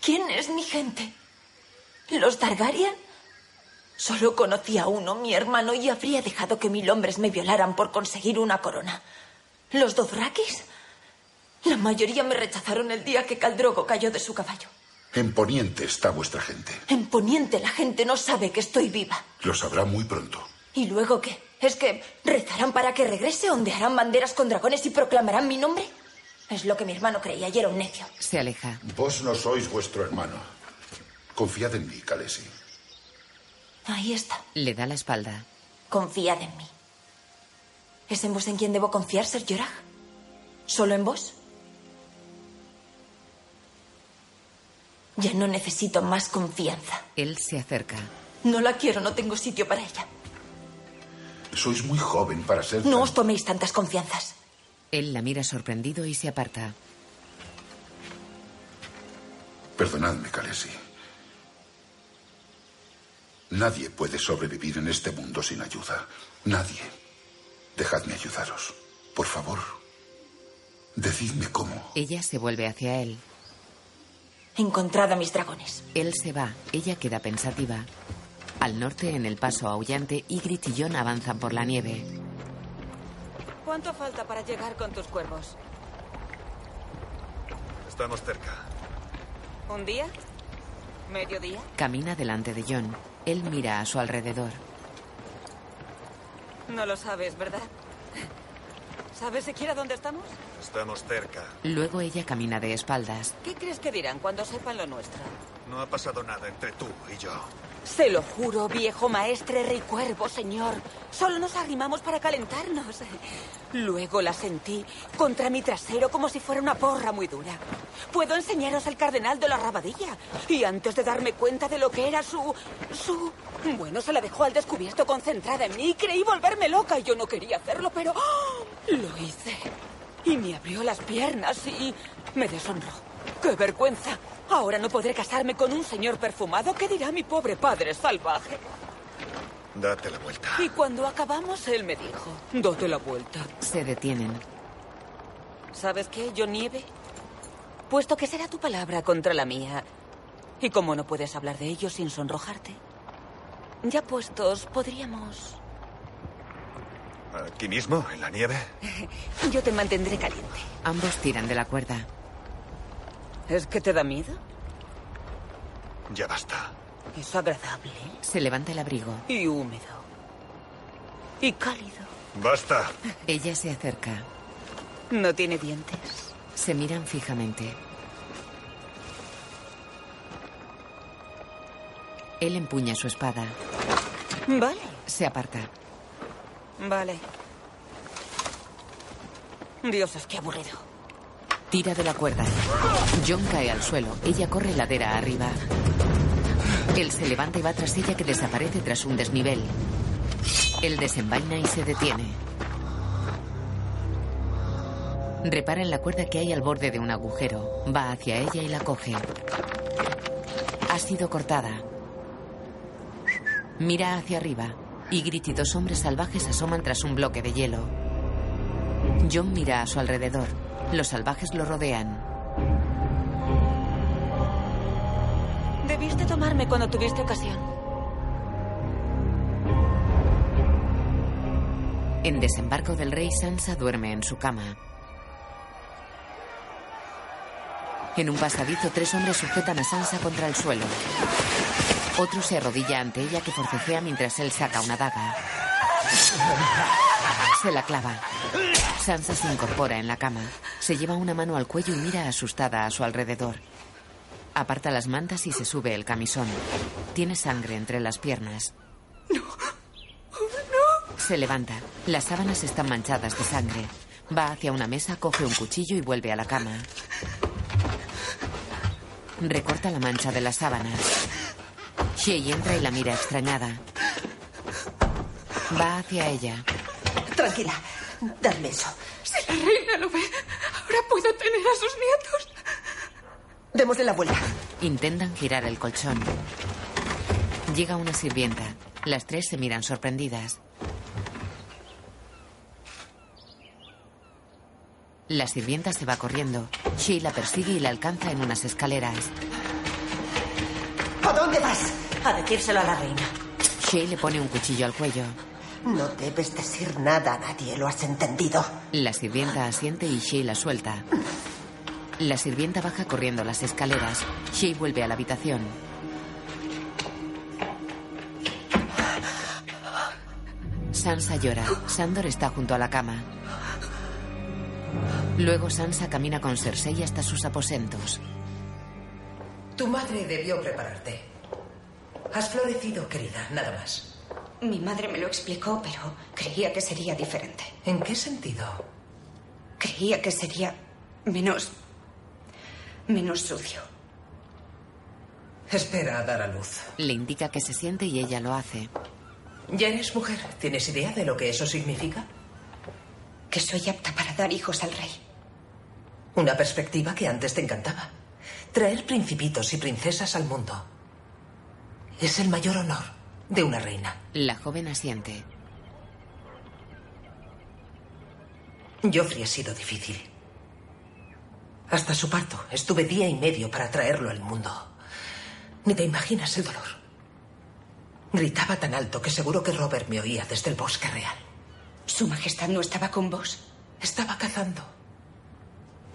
Speaker 16: ¿Quién es mi gente? ¿Los Targaryen? Solo conocía a uno, mi hermano, y habría dejado que mil hombres me violaran por conseguir una corona. ¿Los Dothrakis? La mayoría me rechazaron el día que Caldrogo cayó de su caballo.
Speaker 20: En Poniente está vuestra gente.
Speaker 16: En Poniente la gente no sabe que estoy viva.
Speaker 20: Lo sabrá muy pronto.
Speaker 16: ¿Y luego qué? ¿Es que rezarán para que regrese, ondearán banderas con dragones y proclamarán mi nombre? Es lo que mi hermano creía y era un necio.
Speaker 3: Se aleja.
Speaker 20: Vos no sois vuestro hermano. Confiad en mí, Kalesi.
Speaker 16: Ahí está.
Speaker 3: Le da la espalda.
Speaker 16: Confiad en mí. ¿Es en vos en quien debo confiar, Ser Jorah? ¿Solo en vos?
Speaker 22: Ya no necesito más confianza.
Speaker 3: Él se acerca.
Speaker 22: No la quiero, no tengo sitio para ella.
Speaker 15: Sois muy joven para ser.
Speaker 22: No
Speaker 15: tan-
Speaker 22: os toméis tantas confianzas.
Speaker 3: Él la mira sorprendido y se aparta.
Speaker 23: Perdonadme, Khaleesi. Nadie puede sobrevivir en este mundo sin ayuda. Nadie. Dejadme ayudaros. Por favor. Decidme cómo.
Speaker 3: Ella se vuelve hacia él.
Speaker 22: Encontrad a mis dragones.
Speaker 3: Él se va, ella queda pensativa. Al norte, en el paso aullante, Ygritte y Jon avanzan por la nieve.
Speaker 11: ¿Cuánto falta para llegar con tus cuervos?
Speaker 2: Estamos cerca.
Speaker 11: ¿Un día? ¿Mediodía?
Speaker 3: Camina delante de Jon. Él mira a su alrededor.
Speaker 11: No lo sabes, ¿verdad? ¿Sabes siquiera dónde estamos?
Speaker 2: Estamos cerca.
Speaker 3: Luego ella camina de espaldas.
Speaker 11: ¿Qué crees que dirán cuando sepan lo nuestro?
Speaker 2: No ha pasado nada entre tú y yo.
Speaker 11: Se lo juro, viejo maestre rey cuervo, señor. Solo nos arrimamos para calentarnos. Luego la sentí contra mi trasero como si fuera una porra muy dura. Puedo enseñaros al cardenal de la rabadilla. Y antes de darme cuenta de lo que era su... su... Bueno, se la dejó al descubierto concentrada en mí. Creí volverme loca y yo no quería hacerlo, pero... ¡ah! Lo hice. Y me abrió las piernas y... me deshonró. ¡Qué vergüenza! Ahora no podré casarme con un señor perfumado. ¿Qué dirá mi pobre padre salvaje?
Speaker 2: Date la vuelta.
Speaker 11: Y cuando acabamos, él me dijo, date la vuelta.
Speaker 3: Se detienen.
Speaker 11: ¿Sabes qué, yo nieve? Puesto que será tu palabra contra la mía. Y como no puedes hablar de ello sin sonrojarte, ya puestos, podríamos... [laughs]
Speaker 2: ¿Aquí mismo, en la nieve?
Speaker 11: Yo te mantendré caliente.
Speaker 3: Ambos tiran de la cuerda.
Speaker 11: ¿Es que te da miedo?
Speaker 2: Ya basta.
Speaker 11: Es agradable
Speaker 3: Se levanta el abrigo.
Speaker 11: y húmedo. Y cálido.
Speaker 2: Basta.
Speaker 3: Ella se acerca.
Speaker 11: No tiene dientes.
Speaker 3: Se miran fijamente. Él empuña su espada.
Speaker 11: Vale.
Speaker 3: Se aparta.
Speaker 11: Vale. Dioses, qué aburrido.
Speaker 3: Tira de la cuerda. John cae al suelo. Ella corre ladera arriba. Él se levanta y va tras ella que desaparece tras un desnivel. Él desenvaina y se detiene. Repara en la cuerda que hay al borde de un agujero. Va hacia ella y la coge. Ha sido cortada. Mira hacia arriba. Ygritte y dos hombres salvajes asoman tras un bloque de hielo. John mira a su alrededor. Los salvajes lo rodean.
Speaker 11: Debiste tomarme cuando tuviste ocasión.
Speaker 3: En desembarco del rey, Sansa duerme en su cama. En un pasadizo, tres hombres sujetan a Sansa contra el suelo. Otro se arrodilla ante ella que forcejea mientras él saca una daga. Se la clava. Sansa se incorpora en la cama. Se lleva una mano al cuello y mira asustada a su alrededor. Aparta las mantas y se sube el camisón. Tiene sangre entre las piernas. Se levanta. Las sábanas están manchadas de sangre. Va hacia una mesa, coge un cuchillo y vuelve a la cama. Recorta la mancha de las sábanas. Shea entra y la mira extrañada. Va hacia ella.
Speaker 24: Tranquila, dadme eso.
Speaker 19: Si la reina lo ve, ahora puedo tener a sus nietos.
Speaker 24: Démosle la vuelta.
Speaker 3: Intentan girar el colchón. Llega una sirvienta. Las tres se miran sorprendidas. La sirvienta se va corriendo. Shea la persigue y la alcanza en unas escaleras.
Speaker 24: ¿A dónde vas? A decírselo a la reina.
Speaker 3: Shea le pone un cuchillo al cuello.
Speaker 24: No debes decir nada a nadie, ¿lo has entendido?
Speaker 3: La sirvienta asiente y Shea la suelta. La sirvienta baja corriendo las escaleras. Shea vuelve a la habitación. Sansa llora. Sandor está junto a la cama. Luego Sansa camina con Cersei hasta sus aposentos.
Speaker 7: Tu madre debió prepararte. Has florecido, querida, nada más.
Speaker 24: Mi madre me lo explicó, pero creía que sería diferente.
Speaker 7: ¿En qué sentido?
Speaker 24: Creía que sería menos... menos sucio.
Speaker 7: Espera a dar a luz.
Speaker 3: Le indica que se siente y ella lo hace.
Speaker 7: Ya eres mujer. ¿Tienes idea de lo que eso significa?
Speaker 24: Que soy apta para dar hijos al rey.
Speaker 7: Una perspectiva que antes te encantaba. Traer principitos y princesas al mundo. Es el mayor honor de una reina.
Speaker 3: La joven asiente.
Speaker 7: Joffrey ha sido difícil. Hasta su parto estuve día y medio para traerlo al mundo. Ni te imaginas el dolor. Gritaba tan alto que seguro que Robert me oía desde el bosque real.
Speaker 24: ¿Su Majestad no estaba con vos?
Speaker 7: Estaba cazando.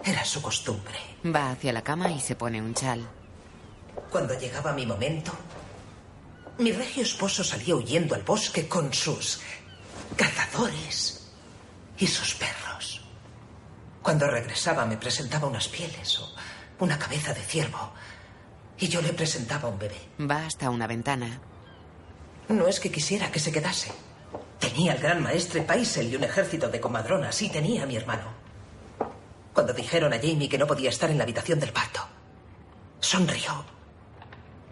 Speaker 7: Era su costumbre.
Speaker 3: Va hacia la cama y se pone un chal.
Speaker 7: Cuando llegaba mi momento, mi regio esposo salía huyendo al bosque con sus cazadores y sus perros. Cuando regresaba me presentaba unas pieles o una cabeza de ciervo y yo le presentaba un bebé.
Speaker 3: Va hasta una ventana.
Speaker 7: No es que quisiera que se quedase. Tenía al gran maestre Paisel y un ejército de comadronas y tenía a mi hermano. Cuando dijeron a Jamie que no podía estar en la habitación del parto, sonrió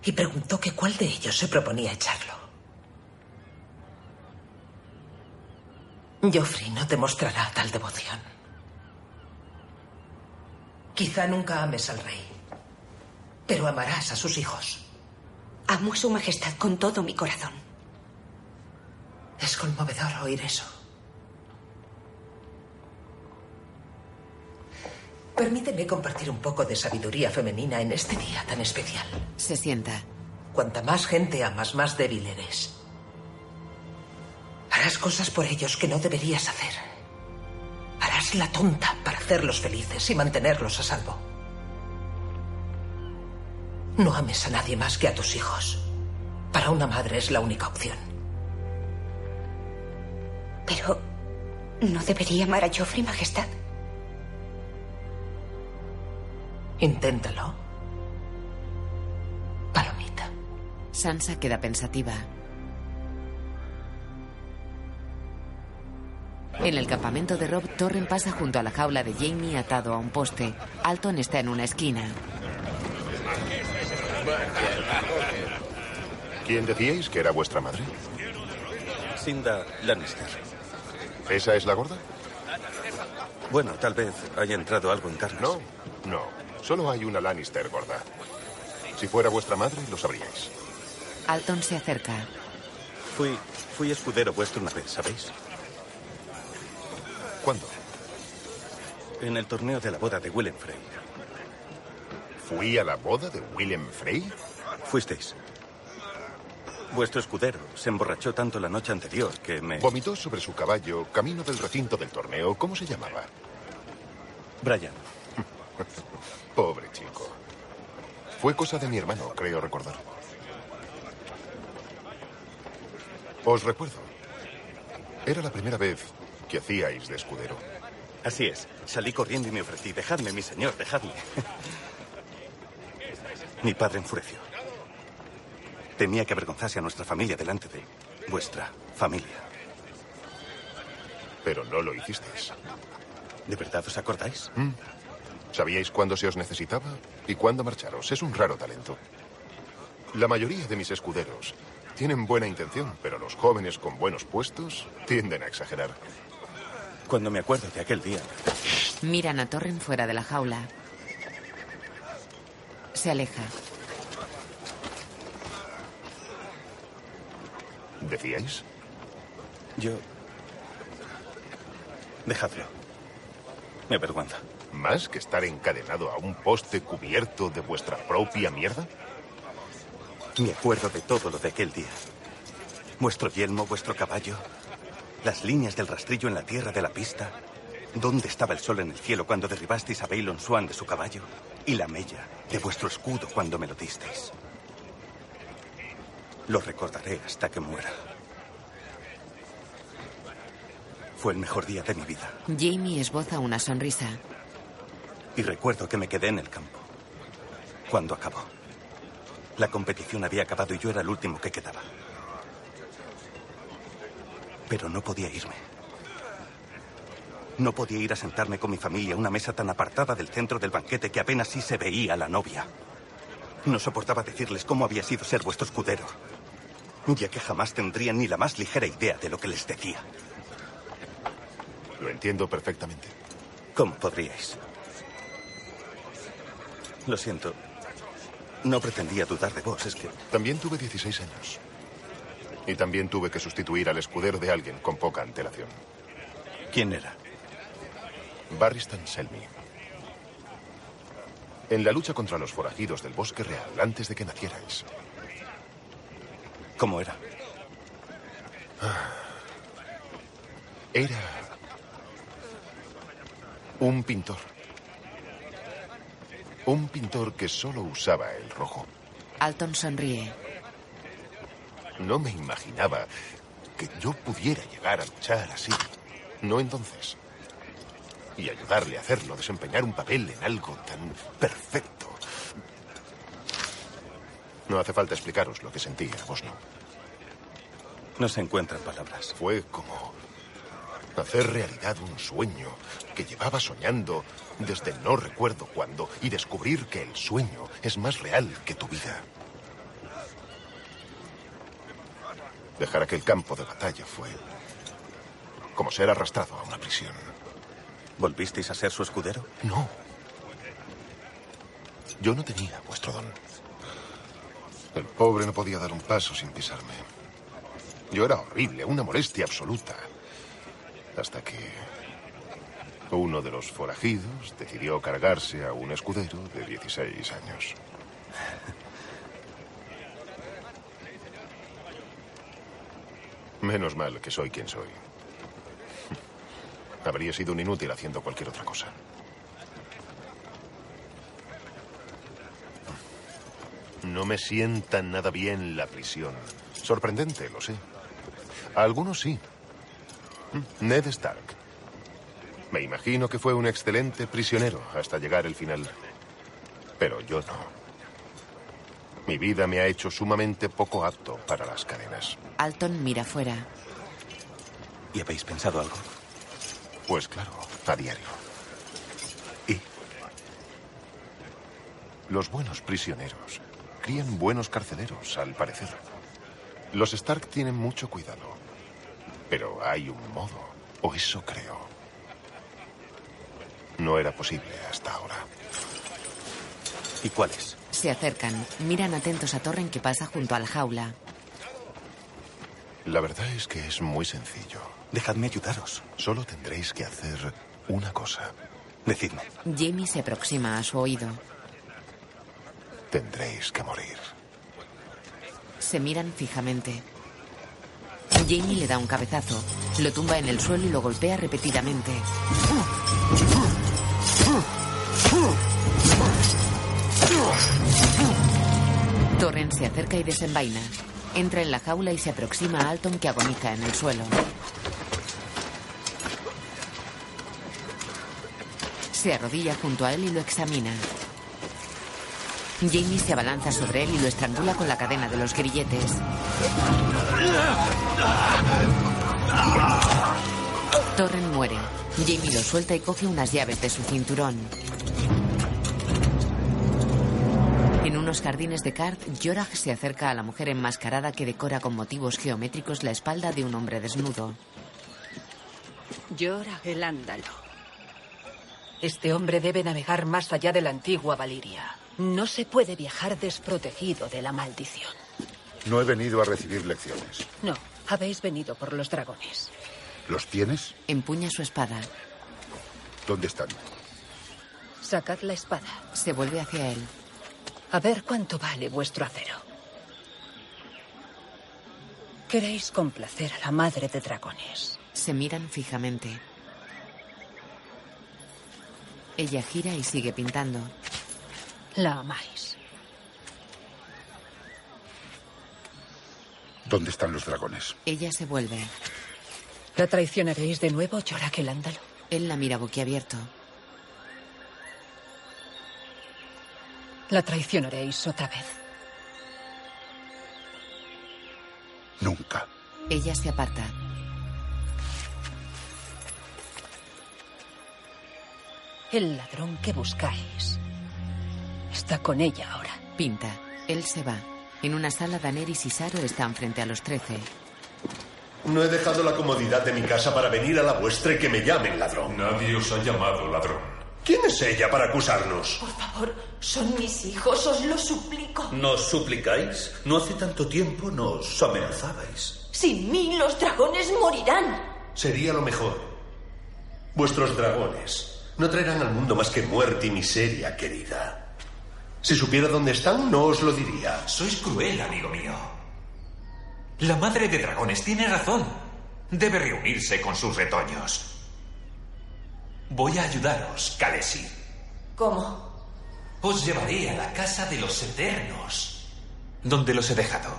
Speaker 7: y preguntó que cuál de ellos se proponía echarlo. Joffrey no te mostrará tal devoción. Quizá nunca ames al rey, pero amarás a sus hijos.
Speaker 24: Amo a su majestad con todo mi corazón.
Speaker 7: Es conmovedor oír eso. Permíteme compartir un poco de sabiduría femenina en este día tan especial.
Speaker 3: Se sienta.
Speaker 7: Cuanta más gente amas, más débil eres. Harás cosas por ellos que no deberías hacer. Harás la tonta para hacerlos felices y mantenerlos a salvo. No ames a nadie más que a tus hijos. Para una madre es la única opción.
Speaker 24: Pero... ¿No debería amar a Joffrey, Majestad?
Speaker 7: Inténtalo. Palomita.
Speaker 3: Sansa queda pensativa. En el campamento de Rob, Torren pasa junto a la jaula de Jamie atado a un poste. Alton está en una esquina.
Speaker 21: ¿Quién decíais que era vuestra madre?
Speaker 25: Sinda Lannister.
Speaker 21: ¿Esa es la gorda?
Speaker 25: Bueno, tal vez haya entrado algo en carnes.
Speaker 21: No, no. Solo hay una Lannister gorda. Si fuera vuestra madre, lo sabríais.
Speaker 3: Alton se acerca.
Speaker 25: Fui, fui escudero vuestro una vez, ¿sabéis?
Speaker 21: ¿Cuándo?
Speaker 25: En el torneo de la boda de Willem Frey.
Speaker 21: ¿Fui a la boda de Willem Frey?
Speaker 25: Fuisteis. Vuestro escudero se emborrachó tanto la noche anterior que me...
Speaker 21: Vomitó sobre su caballo, camino del recinto del torneo. ¿Cómo se llamaba?
Speaker 25: Brian.
Speaker 21: [laughs] Pobre chico. Fue cosa de mi hermano, creo recordar. Os recuerdo. Era la primera vez que hacíais de escudero.
Speaker 25: Así es. Salí corriendo y me ofrecí. Dejadme, mi señor, dejadme. mi padre enfureció. Temía que avergonzase a nuestra familia delante de vuestra familia.
Speaker 21: Pero no lo hicisteis.
Speaker 25: ¿De verdad os acordáis?
Speaker 21: Mm. Sabíais cuándo se os necesitaba y cuándo marcharos. Es un raro talento. La mayoría de mis escuderos tienen buena intención, pero los jóvenes con buenos puestos tienden a exagerar.
Speaker 25: Cuando me acuerdo de aquel día.
Speaker 3: Miran a Torren fuera de la jaula. Se aleja.
Speaker 21: ¿Decíais?
Speaker 25: Yo. Dejadlo. Me avergüenza.
Speaker 21: ¿Más que estar encadenado a un poste cubierto de vuestra propia mierda?
Speaker 25: Me acuerdo de todo lo de aquel día. Vuestro yelmo, vuestro caballo, las líneas del rastrillo en la tierra de la pista, dónde estaba el sol en el cielo cuando derribasteis a Baylon Swan de su caballo y la mella de vuestro escudo cuando me lo disteis. Lo recordaré hasta que muera. Fue el mejor día de mi vida.
Speaker 3: Jamie esboza una sonrisa.
Speaker 25: Y recuerdo que me quedé en el campo. Cuando acabó. La competición había acabado y yo era el último que quedaba. Pero no podía irme. No podía ir a sentarme con mi familia a una mesa tan apartada del centro del banquete que apenas sí se veía a la novia. No soportaba decirles cómo había sido ser vuestro escudero, ya que jamás tendrían ni la más ligera idea de lo que les decía.
Speaker 21: Lo entiendo perfectamente.
Speaker 25: ¿Cómo podríais? Lo siento. No pretendía dudar de vos, es que...
Speaker 21: También tuve 16 años. Y también tuve que sustituir al escudero de alguien con poca antelación.
Speaker 25: ¿Quién era?
Speaker 21: Barristan Selmy. En la lucha contra los forajidos del bosque real, antes de que nacierais.
Speaker 25: ¿Cómo era?
Speaker 21: Ah. Era un pintor. Un pintor que solo usaba el rojo.
Speaker 3: Alton sonríe.
Speaker 21: No me imaginaba que yo pudiera llegar a luchar así. No entonces. Y ayudarle a hacerlo, desempeñar un papel en algo tan perfecto. No hace falta explicaros lo que sentí, a vos no.
Speaker 25: No se encuentran palabras.
Speaker 21: Fue como hacer realidad un sueño que llevaba soñando desde no recuerdo cuándo y descubrir que el sueño es más real que tu vida. Dejar aquel campo de batalla fue como ser arrastrado a una prisión.
Speaker 25: ¿Volvisteis a ser su escudero?
Speaker 21: No. Yo no tenía vuestro don. El pobre no podía dar un paso sin pisarme. Yo era horrible, una molestia absoluta. Hasta que uno de los forajidos decidió cargarse a un escudero de 16 años. Menos mal que soy quien soy. Habría sido un inútil haciendo cualquier otra cosa. No me sientan nada bien la prisión. Sorprendente, lo sé. A algunos sí. Mm, Ned Stark. Me imagino que fue un excelente prisionero hasta llegar el final. Pero yo no. Mi vida me ha hecho sumamente poco apto para las cadenas.
Speaker 3: Alton mira fuera.
Speaker 25: ¿Y habéis pensado algo?
Speaker 21: Pues claro, a diario.
Speaker 25: ¿Y?
Speaker 21: Los buenos prisioneros crían buenos carceleros, al parecer. Los Stark tienen mucho cuidado. Pero hay un modo, o eso creo. No era posible hasta ahora.
Speaker 25: ¿Y cuál es?
Speaker 3: Se acercan, miran atentos a Torren que pasa junto a la jaula.
Speaker 21: La verdad es que es muy sencillo.
Speaker 25: Dejadme ayudaros.
Speaker 21: Solo tendréis que hacer una cosa.
Speaker 25: Decidme.
Speaker 3: Jamie se aproxima a su oído.
Speaker 21: Tendréis que morir.
Speaker 3: Se miran fijamente. Jamie le da un cabezazo, lo tumba en el suelo y lo golpea repetidamente. Torren se acerca y desenvaina. Entra en la jaula y se aproxima a Alton que agoniza en el suelo. Se arrodilla junto a él y lo examina. Jamie se abalanza sobre él y lo estrangula con la cadena de los grilletes.
Speaker 17: ¡Ah!
Speaker 3: Torren muere. Jamie lo suelta y coge unas llaves de su cinturón. En unos jardines de Card, Jorah se acerca a la mujer enmascarada que decora con motivos geométricos la espalda de un hombre desnudo.
Speaker 26: Jorah el Ándalo. Este hombre debe navegar más allá de la antigua Valiria. No se puede viajar desprotegido de la maldición.
Speaker 20: No he venido a recibir lecciones.
Speaker 26: No, habéis venido por los dragones.
Speaker 20: ¿Los tienes?
Speaker 3: Empuña su espada.
Speaker 20: ¿Dónde están?
Speaker 26: Sacad la espada.
Speaker 3: Se vuelve hacia él.
Speaker 26: A ver cuánto vale vuestro acero. Queréis complacer a la madre de dragones.
Speaker 3: Se miran fijamente. Ella gira y sigue pintando.
Speaker 26: La amáis.
Speaker 20: ¿Dónde están los dragones?
Speaker 3: Ella se vuelve.
Speaker 26: ¿La traicionaréis de nuevo, Yorak el Ándalo?
Speaker 3: Él la mira boquiabierto.
Speaker 26: La traicionaréis otra vez.
Speaker 20: Nunca.
Speaker 3: Ella se aparta.
Speaker 26: El ladrón que buscáis está con ella ahora.
Speaker 3: Pinta. Él se va. En una sala, Daenerys y Saro están frente a los trece.
Speaker 27: No he dejado la comodidad de mi casa para venir a la vuestra y que me llamen ladrón.
Speaker 15: Nadie os ha llamado ladrón.
Speaker 27: ¿Quién es ella para acusarnos?
Speaker 16: Por favor, son mis hijos, os lo suplico.
Speaker 28: ¿Nos suplicáis? No hace tanto tiempo nos amenazabais.
Speaker 16: Sin mí los dragones morirán.
Speaker 27: Sería lo mejor. Vuestros dragones no traerán al mundo más que muerte y miseria, querida. Si supiera dónde están, no os lo diría.
Speaker 12: Sois cruel, amigo mío. La madre de dragones tiene razón. Debe reunirse con sus retoños. Voy a ayudaros, Kalesi.
Speaker 16: ¿Cómo?
Speaker 12: Os llevaré a la casa de los eternos, donde los he dejado.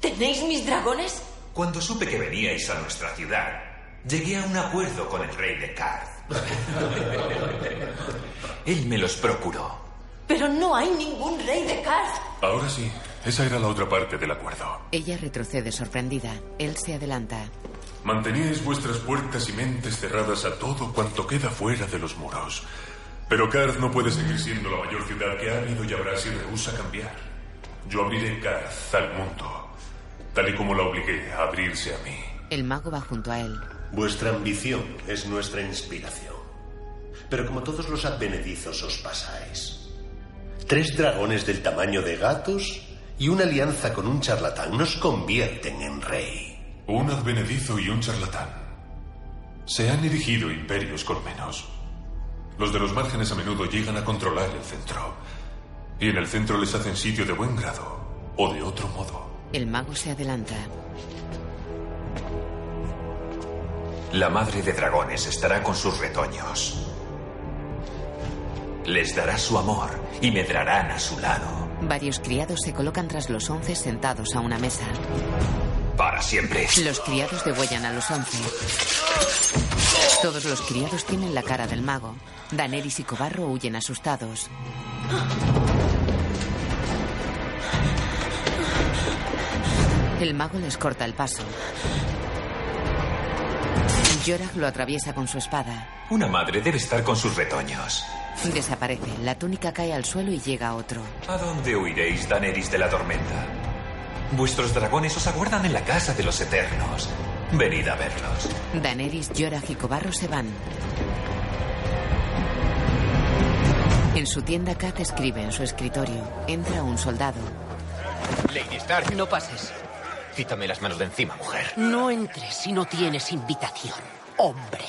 Speaker 16: ¿Tenéis mis dragones?
Speaker 12: Cuando supe que veníais a nuestra ciudad, llegué a un acuerdo con el rey
Speaker 27: [laughs]
Speaker 12: de Karth. Él me los procuró.
Speaker 16: Pero no hay ningún rey de Karth.
Speaker 15: Ahora sí, esa era la otra parte del acuerdo.
Speaker 3: Ella retrocede sorprendida. Él se adelanta.
Speaker 15: Manteníais vuestras puertas y mentes cerradas a todo cuanto queda fuera de los muros. Pero Karth no puede seguir siendo la mayor ciudad que ha habido y habrá si rehúsa cambiar. Yo abriré Karth al mundo, tal y como la obligué a abrirse a mí.
Speaker 3: El mago va junto a él.
Speaker 27: Vuestra ambición es nuestra inspiración. Pero como todos los advenedizos os pasáis. Tres dragones del tamaño de gatos y una alianza con un charlatán nos convierten en rey.
Speaker 15: Un advenedizo y un charlatán. Se han erigido imperios con menos. Los de los márgenes a menudo llegan a controlar el centro. Y en el centro les hacen sitio de buen grado o de otro modo.
Speaker 3: El mago se adelanta.
Speaker 12: La madre de dragones estará con sus retoños. Les dará su amor y medrarán a su lado.
Speaker 3: Varios criados se colocan tras los once sentados a una mesa.
Speaker 12: Para siempre.
Speaker 3: Los criados degüellan a los once. Todos los criados tienen la cara del mago. Daneris y Cobarro huyen asustados. El mago les corta el paso. Yorah lo atraviesa con su espada.
Speaker 12: Una madre debe estar con sus retoños.
Speaker 3: Desaparece. La túnica cae al suelo y llega otro.
Speaker 12: ¿A dónde huiréis, Daneris de la tormenta? Vuestros dragones os aguardan en la casa de los eternos. Venid a verlos.
Speaker 3: Daneris, Yorah y Cobarro se van. En su tienda, Kat escribe en su escritorio. Entra un soldado.
Speaker 4: Lady Stark.
Speaker 26: No pases.
Speaker 4: Quítame las manos de encima, mujer.
Speaker 26: No entres si no tienes invitación, hombre.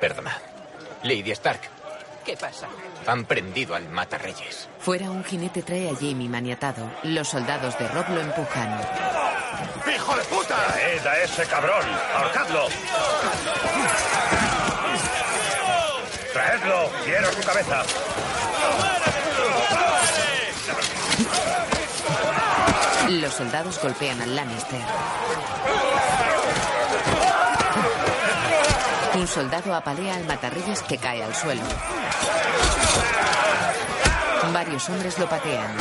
Speaker 4: Perdona. Lady Stark.
Speaker 26: ¿Qué pasa?
Speaker 4: Han prendido al matarreyes.
Speaker 3: Fuera, un jinete trae a Jamie maniatado. Los soldados de Rob lo empujan.
Speaker 28: ¡Hijo de puta! ¡Traed a ese cabrón! ¡Ahorcadlo! ¡Traedlo! ¡Quiero su cabeza!
Speaker 3: Los soldados golpean al Lannister. Un soldado apalea al matarrillas que cae al suelo. Varios hombres lo patean.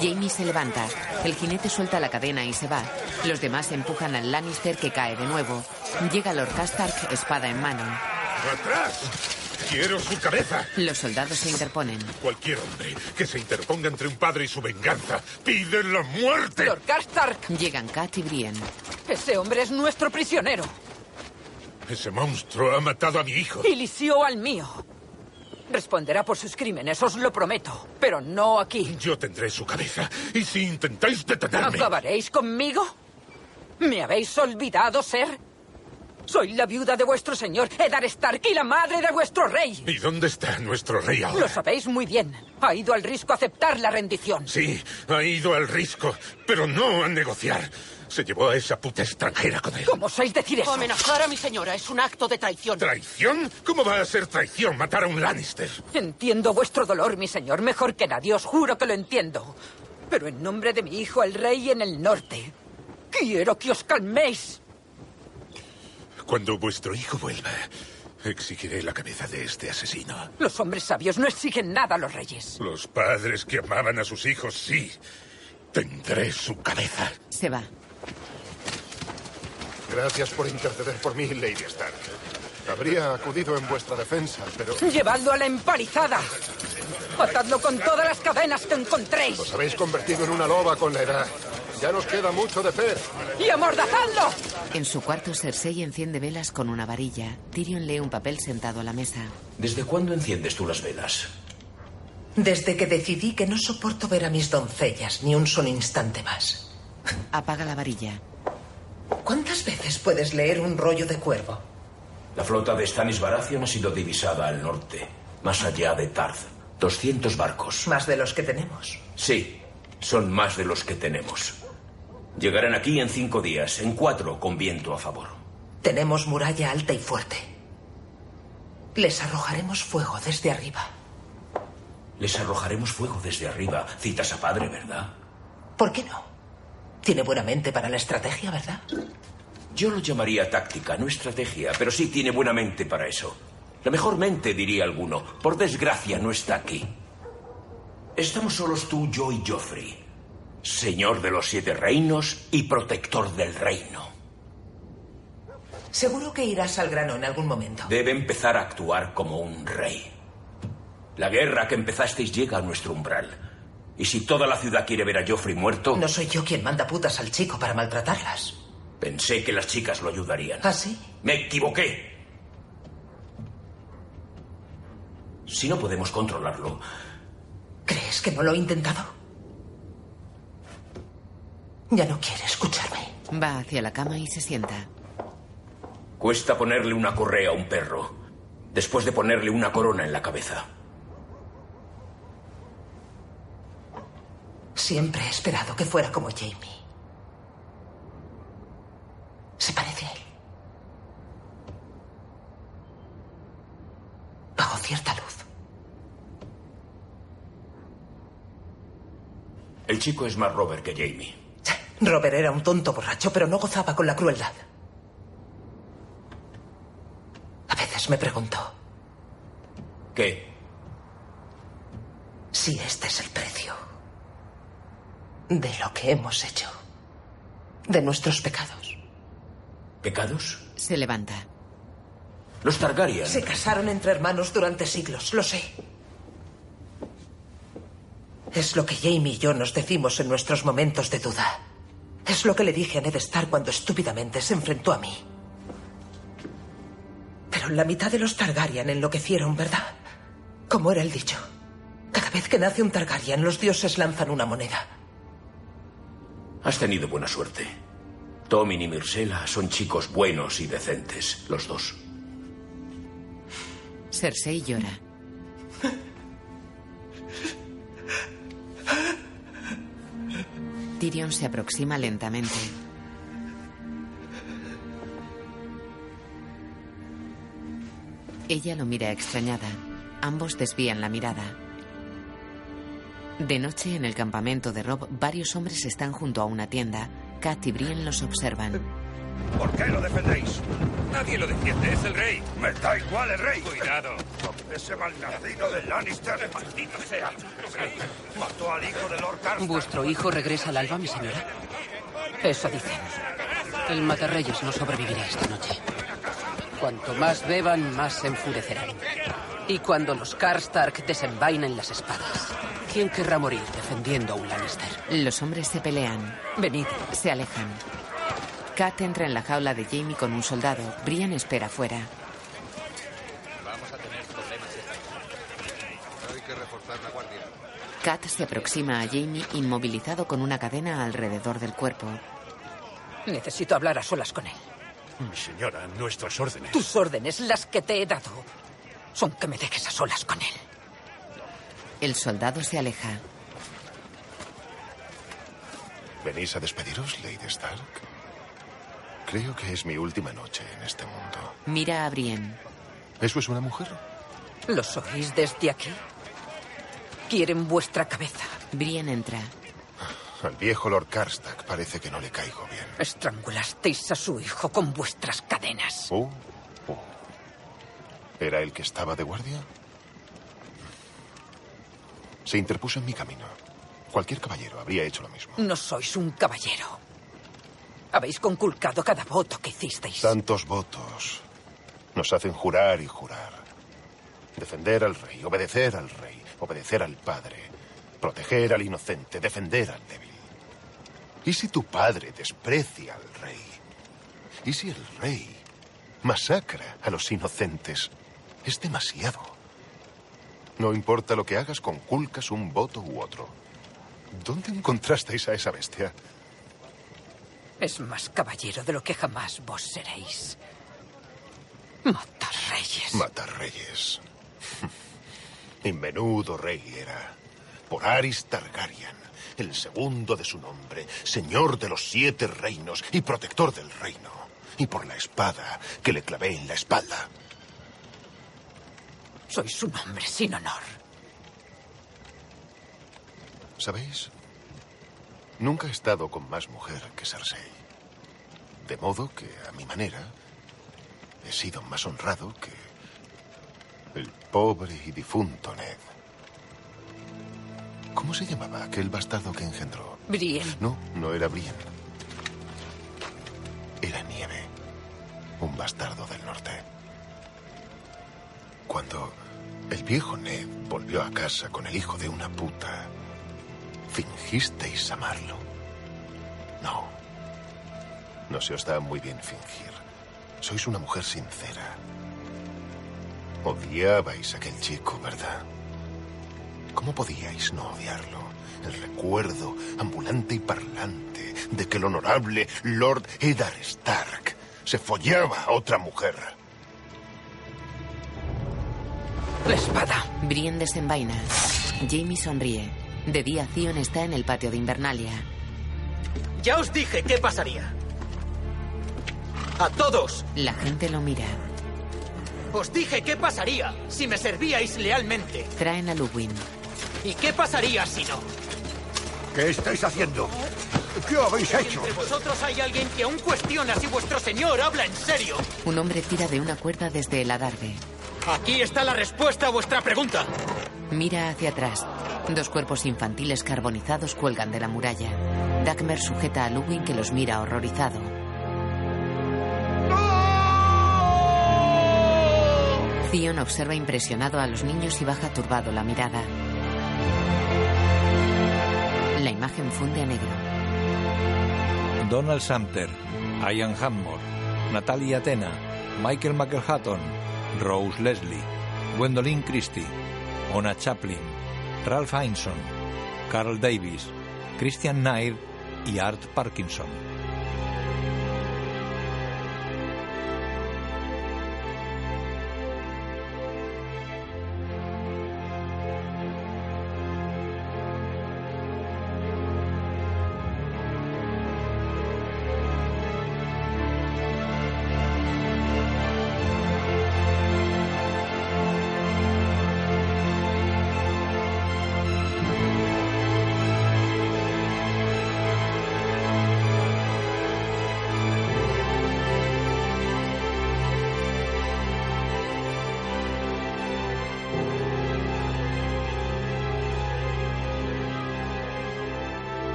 Speaker 3: Jamie se levanta. El jinete suelta la cadena y se va. Los demás empujan al Lannister que cae de nuevo. Llega Lord Castark, espada en mano.
Speaker 17: ¡Atrás! ¡Quiero su cabeza!
Speaker 3: Los soldados se interponen.
Speaker 17: Cualquier hombre que se interponga entre un padre y su venganza pide la muerte.
Speaker 26: Lord Karstark.
Speaker 3: Llegan Kat y Brienne.
Speaker 26: Ese hombre es nuestro prisionero.
Speaker 17: Ese monstruo ha matado a mi hijo.
Speaker 26: Y lició al mío. Responderá por sus crímenes, os lo prometo. Pero no aquí.
Speaker 17: Yo tendré su cabeza. Y si intentáis detenerme.
Speaker 26: ¿Acabaréis conmigo? ¿Me habéis olvidado ser? Soy la viuda de vuestro señor, Eddard Stark, y la madre de vuestro rey.
Speaker 17: ¿Y dónde está nuestro rey ahora?
Speaker 26: Lo sabéis muy bien. Ha ido al risco a aceptar la rendición.
Speaker 17: Sí, ha ido al risco, pero no a negociar. Se llevó a esa puta extranjera con él.
Speaker 26: ¿Cómo osáis decir eso?
Speaker 29: Amenazar a mi señora es un acto de traición.
Speaker 17: ¿Traición? ¿Cómo va a ser traición matar a un Lannister?
Speaker 26: Entiendo vuestro dolor, mi señor, mejor que nadie. Os juro que lo entiendo. Pero en nombre de mi hijo, el rey en el norte, quiero que os calméis.
Speaker 17: Cuando vuestro hijo vuelva, exigiré la cabeza de este asesino.
Speaker 26: Los hombres sabios no exigen nada a los reyes.
Speaker 17: Los padres que amaban a sus hijos, sí. Tendré su cabeza.
Speaker 3: Se va.
Speaker 21: Gracias por interceder por mí, Lady Stark. Habría acudido en vuestra defensa, pero...
Speaker 30: Llevadlo a la empalizada. Atadlo con todas las cadenas que encontréis.
Speaker 21: Os habéis convertido en una loba con la edad. Ya nos queda mucho de pez.
Speaker 30: ¡Y amordazadlo!
Speaker 3: En su cuarto, Cersei enciende velas con una varilla. Tyrion lee un papel sentado a la mesa.
Speaker 31: ¿Desde cuándo enciendes tú las velas?
Speaker 7: Desde que decidí que no soporto ver a mis doncellas ni un solo instante más.
Speaker 3: Apaga la varilla.
Speaker 7: ¿Cuántas veces puedes leer un rollo de cuervo?
Speaker 31: La flota de Stannis Baratheon ha sido divisada al norte, más allá de Tarth. 200 barcos.
Speaker 7: Más de los que tenemos.
Speaker 31: Sí, son más de los que tenemos. Llegarán aquí en cinco días, en cuatro, con viento a favor.
Speaker 7: Tenemos muralla alta y fuerte. Les arrojaremos fuego desde arriba.
Speaker 31: Les arrojaremos fuego desde arriba. Citas a padre, ¿verdad?
Speaker 7: ¿Por qué no? Tiene buena mente para la estrategia, ¿verdad?
Speaker 31: Yo lo llamaría táctica, no estrategia, pero sí tiene buena mente para eso. La mejor mente, diría alguno. Por desgracia, no está aquí. Estamos solos tú, yo y Joffrey. Señor de los siete reinos y protector del reino.
Speaker 7: Seguro que irás al grano en algún momento.
Speaker 31: Debe empezar a actuar como un rey. La guerra que empezasteis llega a nuestro umbral. Y si toda la ciudad quiere ver a Joffrey muerto...
Speaker 7: No soy yo quien manda putas al chico para maltratarlas.
Speaker 31: Pensé que las chicas lo ayudarían.
Speaker 7: ¿Ah, sí?
Speaker 31: Me equivoqué. Si no podemos controlarlo.
Speaker 7: ¿Crees que no lo he intentado? Ya no quiere escucharme.
Speaker 3: Va hacia la cama y se sienta.
Speaker 31: Cuesta ponerle una correa a un perro, después de ponerle una corona en la cabeza.
Speaker 7: Siempre he esperado que fuera como Jamie. Se parece a él. Bajo cierta luz.
Speaker 31: El chico es más Robert que Jamie.
Speaker 7: Robert era un tonto borracho, pero no gozaba con la crueldad. A veces me pregunto.
Speaker 31: ¿Qué?
Speaker 7: Si este es el precio de lo que hemos hecho, de nuestros pecados.
Speaker 31: ¿Pecados?
Speaker 3: Se levanta.
Speaker 31: Los Targaryen.
Speaker 7: Se casaron entre hermanos durante siglos, lo sé. Es lo que Jamie y yo nos decimos en nuestros momentos de duda. Es lo que le dije a Ned Stark cuando estúpidamente se enfrentó a mí. Pero la mitad de los Targaryen enloquecieron, ¿verdad? Como era el dicho. Cada vez que nace un Targaryen, los dioses lanzan una moneda.
Speaker 31: Has tenido buena suerte. Tommy y Mirsela son chicos buenos y decentes, los dos.
Speaker 3: Cersei llora. Tyrion se aproxima lentamente. Ella lo mira extrañada. Ambos desvían la mirada. De noche, en el campamento de Rob, varios hombres están junto a una tienda. Kat y Brienne los observan.
Speaker 12: ¿Por qué lo defendéis? Nadie lo defiende, es el rey. Me da igual el rey. Cuidado. Ese malnacido de Lannister, maldito sea. Mató al hijo de Lord Carstar.
Speaker 30: Vuestro hijo regresa al alba, mi señora. Eso dicen. El matarreyes no sobrevivirá esta noche. Cuanto más beban, más se enfurecerán. Y cuando los Karstark desenvainen las espadas, ¿quién querrá morir defendiendo a un Lannister?
Speaker 3: Los hombres se pelean.
Speaker 30: Venid.
Speaker 3: Se alejan. Kat entra en la jaula de Jamie con un soldado. Brian espera fuera.
Speaker 32: Vamos a tener problemas Hay que reforzar la guardia.
Speaker 3: Kat se aproxima a Jamie inmovilizado con una cadena alrededor del cuerpo.
Speaker 30: Necesito hablar a solas con él.
Speaker 32: Señora, nuestras órdenes.
Speaker 30: Tus órdenes, las que te he dado, son que me dejes a solas con él.
Speaker 3: El soldado se aleja.
Speaker 21: ¿Venís a despediros, Lady Stark? Creo que es mi última noche en este mundo.
Speaker 3: Mira a Brienne.
Speaker 21: ¿Eso es una mujer?
Speaker 30: ¿Los oís desde aquí? Quieren vuestra cabeza.
Speaker 3: Brienne entra.
Speaker 21: Al viejo Lord Karstak parece que no le caigo bien.
Speaker 30: Estrangulasteis a su hijo con vuestras cadenas.
Speaker 21: Uh, uh. ¿Era el que estaba de guardia? Se interpuso en mi camino. Cualquier caballero habría hecho lo mismo.
Speaker 30: No sois un caballero. Habéis conculcado cada voto que hicisteis.
Speaker 21: Tantos votos. Nos hacen jurar y jurar. Defender al rey, obedecer al rey, obedecer al padre, proteger al inocente, defender al débil. ¿Y si tu padre desprecia al rey? ¿Y si el rey masacra a los inocentes? Es demasiado. No importa lo que hagas, conculcas un voto u otro. ¿Dónde encontrasteis a esa bestia?
Speaker 26: Es más caballero de lo que jamás vos seréis. Matar reyes.
Speaker 21: Matar reyes. [laughs] Y menudo rey era. Por Aris Targaryen, el segundo de su nombre, señor de los siete reinos y protector del reino. Y por la espada que le clavé en la espalda.
Speaker 26: Sois un hombre sin honor.
Speaker 21: ¿Sabéis? Nunca he estado con más mujer que Cersei. De modo que, a mi manera, he sido más honrado que el pobre y difunto Ned. ¿Cómo se llamaba aquel bastardo que engendró?
Speaker 26: Brienne.
Speaker 21: No, no era Brian. Era Nieve. Un bastardo del norte. Cuando el viejo Ned volvió a casa con el hijo de una puta, fingisteis amarlo. No. No se os da muy bien fingir. Sois una mujer sincera. Odiabais a aquel chico, ¿verdad? ¿Cómo podíais no odiarlo? El recuerdo ambulante y parlante de que el honorable Lord Eddard Stark se follaba a otra mujer.
Speaker 26: La espada.
Speaker 3: Brienne desenvaina. Jamie sonríe. De día, Theon está en el patio de Invernalia.
Speaker 4: Ya os dije qué pasaría. A todos.
Speaker 3: La gente lo mira.
Speaker 4: Os dije qué pasaría si me servíais lealmente.
Speaker 3: Traen a Luwin.
Speaker 4: ¿Y qué pasaría si no?
Speaker 33: ¿Qué estáis haciendo? ¿Qué habéis
Speaker 4: Si
Speaker 33: hecho?
Speaker 4: entre vosotros hay alguien que aún cuestiona si vuestro señor habla en serio.
Speaker 3: Un hombre tira de una cuerda desde el adarve.
Speaker 4: Aquí está la respuesta a vuestra pregunta.
Speaker 3: Mira hacia atrás. Dos cuerpos infantiles carbonizados cuelgan de la muralla. Dagmer sujeta a Luwin que los mira horrorizado. Theon observa impresionado a los niños y baja turbado la mirada. La imagen funde a negro.
Speaker 2: Donald Sumter, Ian Hammond, Natalia Atena, Michael McHatton, Rose Leslie, Gwendolyn Christie, Ona Chaplin, Ralph Hinson, Carl Davis, Christian Nair y Art Parkinson.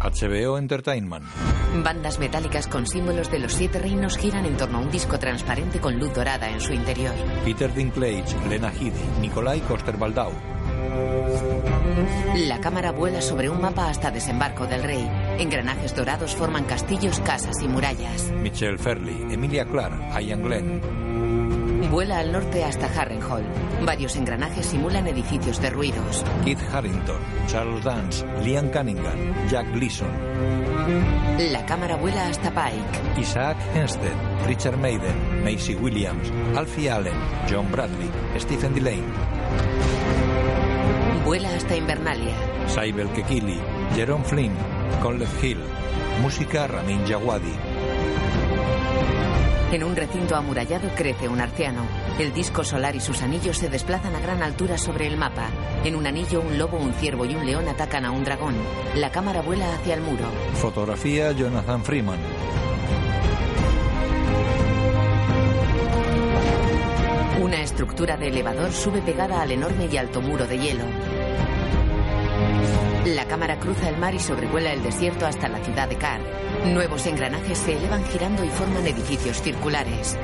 Speaker 2: HBO Entertainment.
Speaker 3: Bandas metálicas con símbolos de los siete reinos giran en torno a un disco transparente con luz dorada en su interior.
Speaker 2: Peter Dinklage, Lena Headey, Nikolai Coster-Waldau.
Speaker 3: La cámara vuela sobre un mapa hasta desembarco del rey. Engranajes dorados forman castillos, casas y murallas.
Speaker 2: Michelle Ferley, Emilia Clarke, Ian Glenn.
Speaker 3: Vuela al norte hasta Harrenhal. Varios engranajes simulan edificios derruidos.
Speaker 2: Keith Harrington, Charles Dance, Liam Cunningham, Jack Gleason,
Speaker 3: La cámara vuela hasta Pike.
Speaker 2: Isaac Hensted, Richard Maiden, Macy Williams, Alfie Allen, John Bradley, Stephen Delane,
Speaker 3: Vuela hasta Invernalia.
Speaker 2: Saibel Kekili, Jerome Flynn, Conleth Hill, música Ramin Jawadi.
Speaker 3: En un recinto amurallado crece un arciano. El disco solar y sus anillos se desplazan a gran altura sobre el mapa. En un anillo, un lobo, un ciervo y un león atacan a un dragón. La cámara vuela hacia el muro.
Speaker 2: Fotografía Jonathan Freeman.
Speaker 3: Una estructura de elevador sube pegada al enorme y alto muro de hielo. La cámara cruza el mar y sobrevuela el desierto hasta la ciudad de Kar. Nuevos engranajes se elevan girando y forman edificios circulares.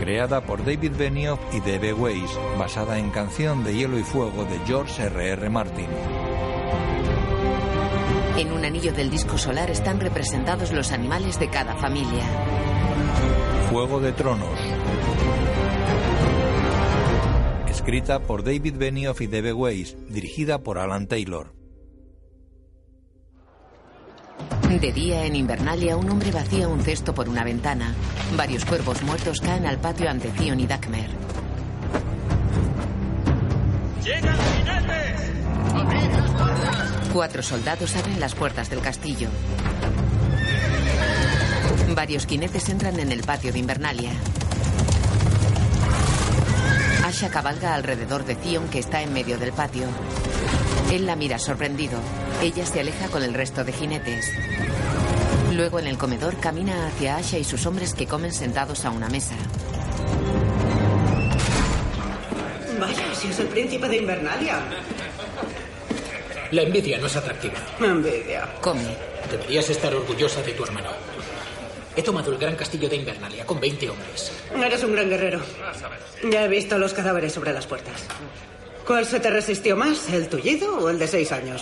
Speaker 2: Creada por David Benioff y D.B. Weiss, basada en Canción de Hielo y Fuego de George R.R. Martin.
Speaker 3: En un anillo del disco solar están representados los animales de cada familia.
Speaker 2: Juego de Tronos. Escrita por David Benioff y D.B. Weiss, dirigida por Alan Taylor.
Speaker 3: De día en Invernalia, un hombre vacía un cesto por una ventana. Varios cuervos muertos caen al patio ante Zion y Dagmer.
Speaker 7: ¡Llegan jinetes! ¡Abrid las puertas!
Speaker 3: Cuatro soldados abren las puertas del castillo. Varios jinetes entran en el patio de Invernalia. Asha cabalga alrededor de Zion que está en medio del patio. Él la mira sorprendido. Ella se aleja con el resto de jinetes. Luego en el comedor camina hacia Asha y sus hombres que comen sentados a una mesa.
Speaker 24: Vaya, si es el príncipe de Invernalia.
Speaker 4: La envidia no es atractiva.
Speaker 24: Envidia.
Speaker 3: Come.
Speaker 4: Deberías estar orgullosa de tu hermano. He tomado el gran castillo de Invernalia con 20 hombres.
Speaker 24: Eres un gran guerrero. Ya he visto los cadáveres sobre las puertas. ¿Cuál se te resistió más, el tullido o el de seis años?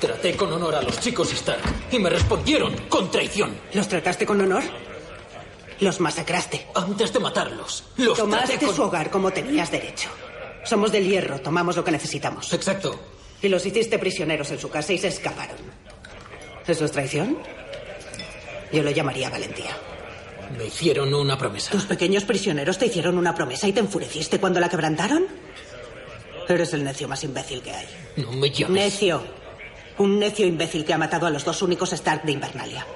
Speaker 4: Traté con honor a los chicos Stark y me respondieron con traición.
Speaker 24: ¿Los trataste con honor? Los masacraste.
Speaker 4: Antes de matarlos, los
Speaker 24: Tomaste
Speaker 4: traté con-
Speaker 24: su hogar como tenías derecho. Somos del hierro, tomamos lo que necesitamos.
Speaker 4: Exacto.
Speaker 24: Y los hiciste prisioneros en su casa y se escaparon. ¿Eso es traición? Yo lo llamaría valentía.
Speaker 4: Me hicieron una promesa.
Speaker 24: Tus pequeños prisioneros te hicieron una promesa y te enfureciste cuando la quebrantaron. Eres el necio más imbécil que hay.
Speaker 4: No me llames.
Speaker 24: Necio. Un necio imbécil que ha matado a los dos únicos Stark de Invernalia.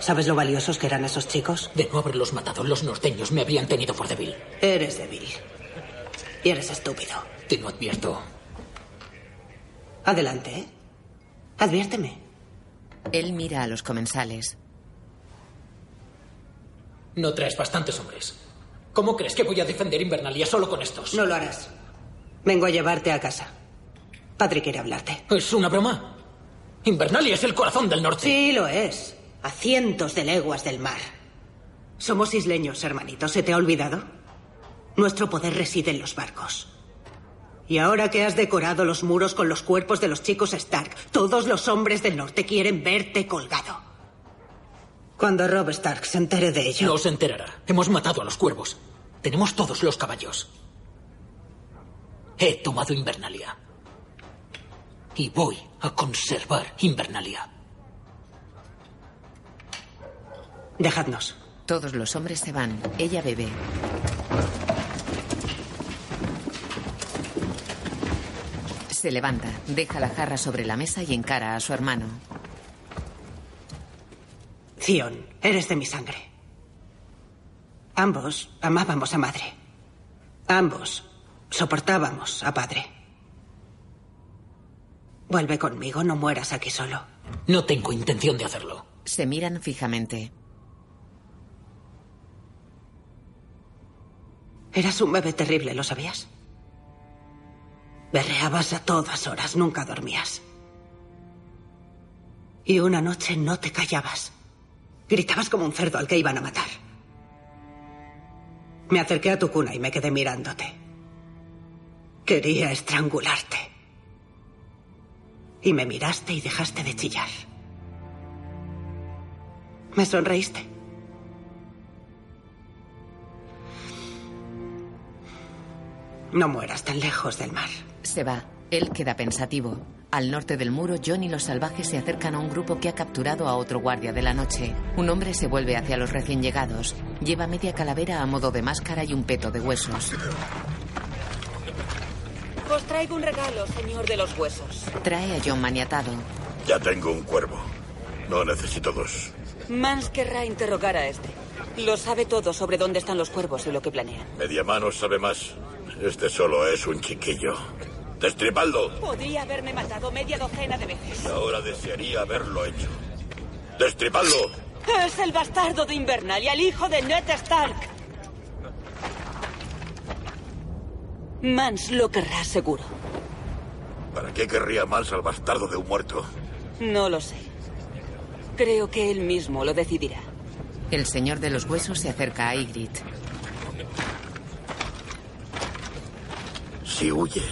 Speaker 24: ¿Sabes lo valiosos que eran esos chicos?
Speaker 4: De no haberlos matado, los norteños me habrían tenido por débil.
Speaker 24: Eres débil. Y eres estúpido.
Speaker 4: Te lo advierto.
Speaker 24: Adelante, ¿eh? Adviérteme.
Speaker 3: Él mira a los comensales.
Speaker 4: No traes bastantes hombres. ¿Cómo crees que voy a defender Invernalia solo con estos?
Speaker 24: No lo harás. Vengo a llevarte a casa. Patrick quiere hablarte.
Speaker 4: ¿Es una broma? Invernalia es el corazón del norte.
Speaker 24: Sí, lo es. A cientos de leguas del mar. Somos isleños, hermanito. ¿Se te ha olvidado? Nuestro poder reside en los barcos. Y ahora que has decorado los muros con los cuerpos de los chicos Stark, todos los hombres del norte quieren verte colgado. Cuando Rob Stark se entere de ello.
Speaker 4: No se enterará. Hemos matado a los cuervos. Tenemos todos los caballos. He tomado Invernalia. Y voy a conservar Invernalia.
Speaker 24: Dejadnos.
Speaker 3: Todos los hombres se van. Ella bebe. Se levanta, deja la jarra sobre la mesa y encara a su hermano.
Speaker 24: Zion, eres de mi sangre. Ambos amábamos a madre. Ambos soportábamos a padre. Vuelve conmigo, no mueras aquí solo.
Speaker 4: No tengo intención de hacerlo.
Speaker 3: Se miran fijamente.
Speaker 24: Eras un bebé terrible, ¿lo sabías? Berreabas a todas horas, nunca dormías. Y una noche no te callabas. Gritabas como un cerdo al que iban a matar. Me acerqué a tu cuna y me quedé mirándote. Quería estrangularte. Y me miraste y dejaste de chillar. Me sonreíste. No mueras tan lejos del mar.
Speaker 3: Se va. Él queda pensativo. Al norte del muro, John y los salvajes se acercan a un grupo que ha capturado a otro guardia de la noche. Un hombre se vuelve hacia los recién llegados. Lleva media calavera a modo de máscara y un peto de huesos.
Speaker 11: Os traigo un regalo, señor de los huesos.
Speaker 3: Trae a John maniatado.
Speaker 18: Ya tengo un cuervo. No necesito dos.
Speaker 19: Mans querrá interrogar a este. Lo sabe todo sobre dónde están los cuervos y lo que planean.
Speaker 18: Mediamano sabe más. Este solo es un chiquillo. Destripadlo.
Speaker 19: Podría haberme matado media docena de veces.
Speaker 18: Ahora desearía haberlo hecho. Destripadlo.
Speaker 19: Es el bastardo de Invernalia, el hijo de Ned Stark. Mans lo querrá seguro.
Speaker 18: ¿Para qué querría más al bastardo de un muerto?
Speaker 19: No lo sé. Creo que él mismo lo decidirá.
Speaker 3: El señor de los huesos se acerca a Ygritte.
Speaker 18: Si huye,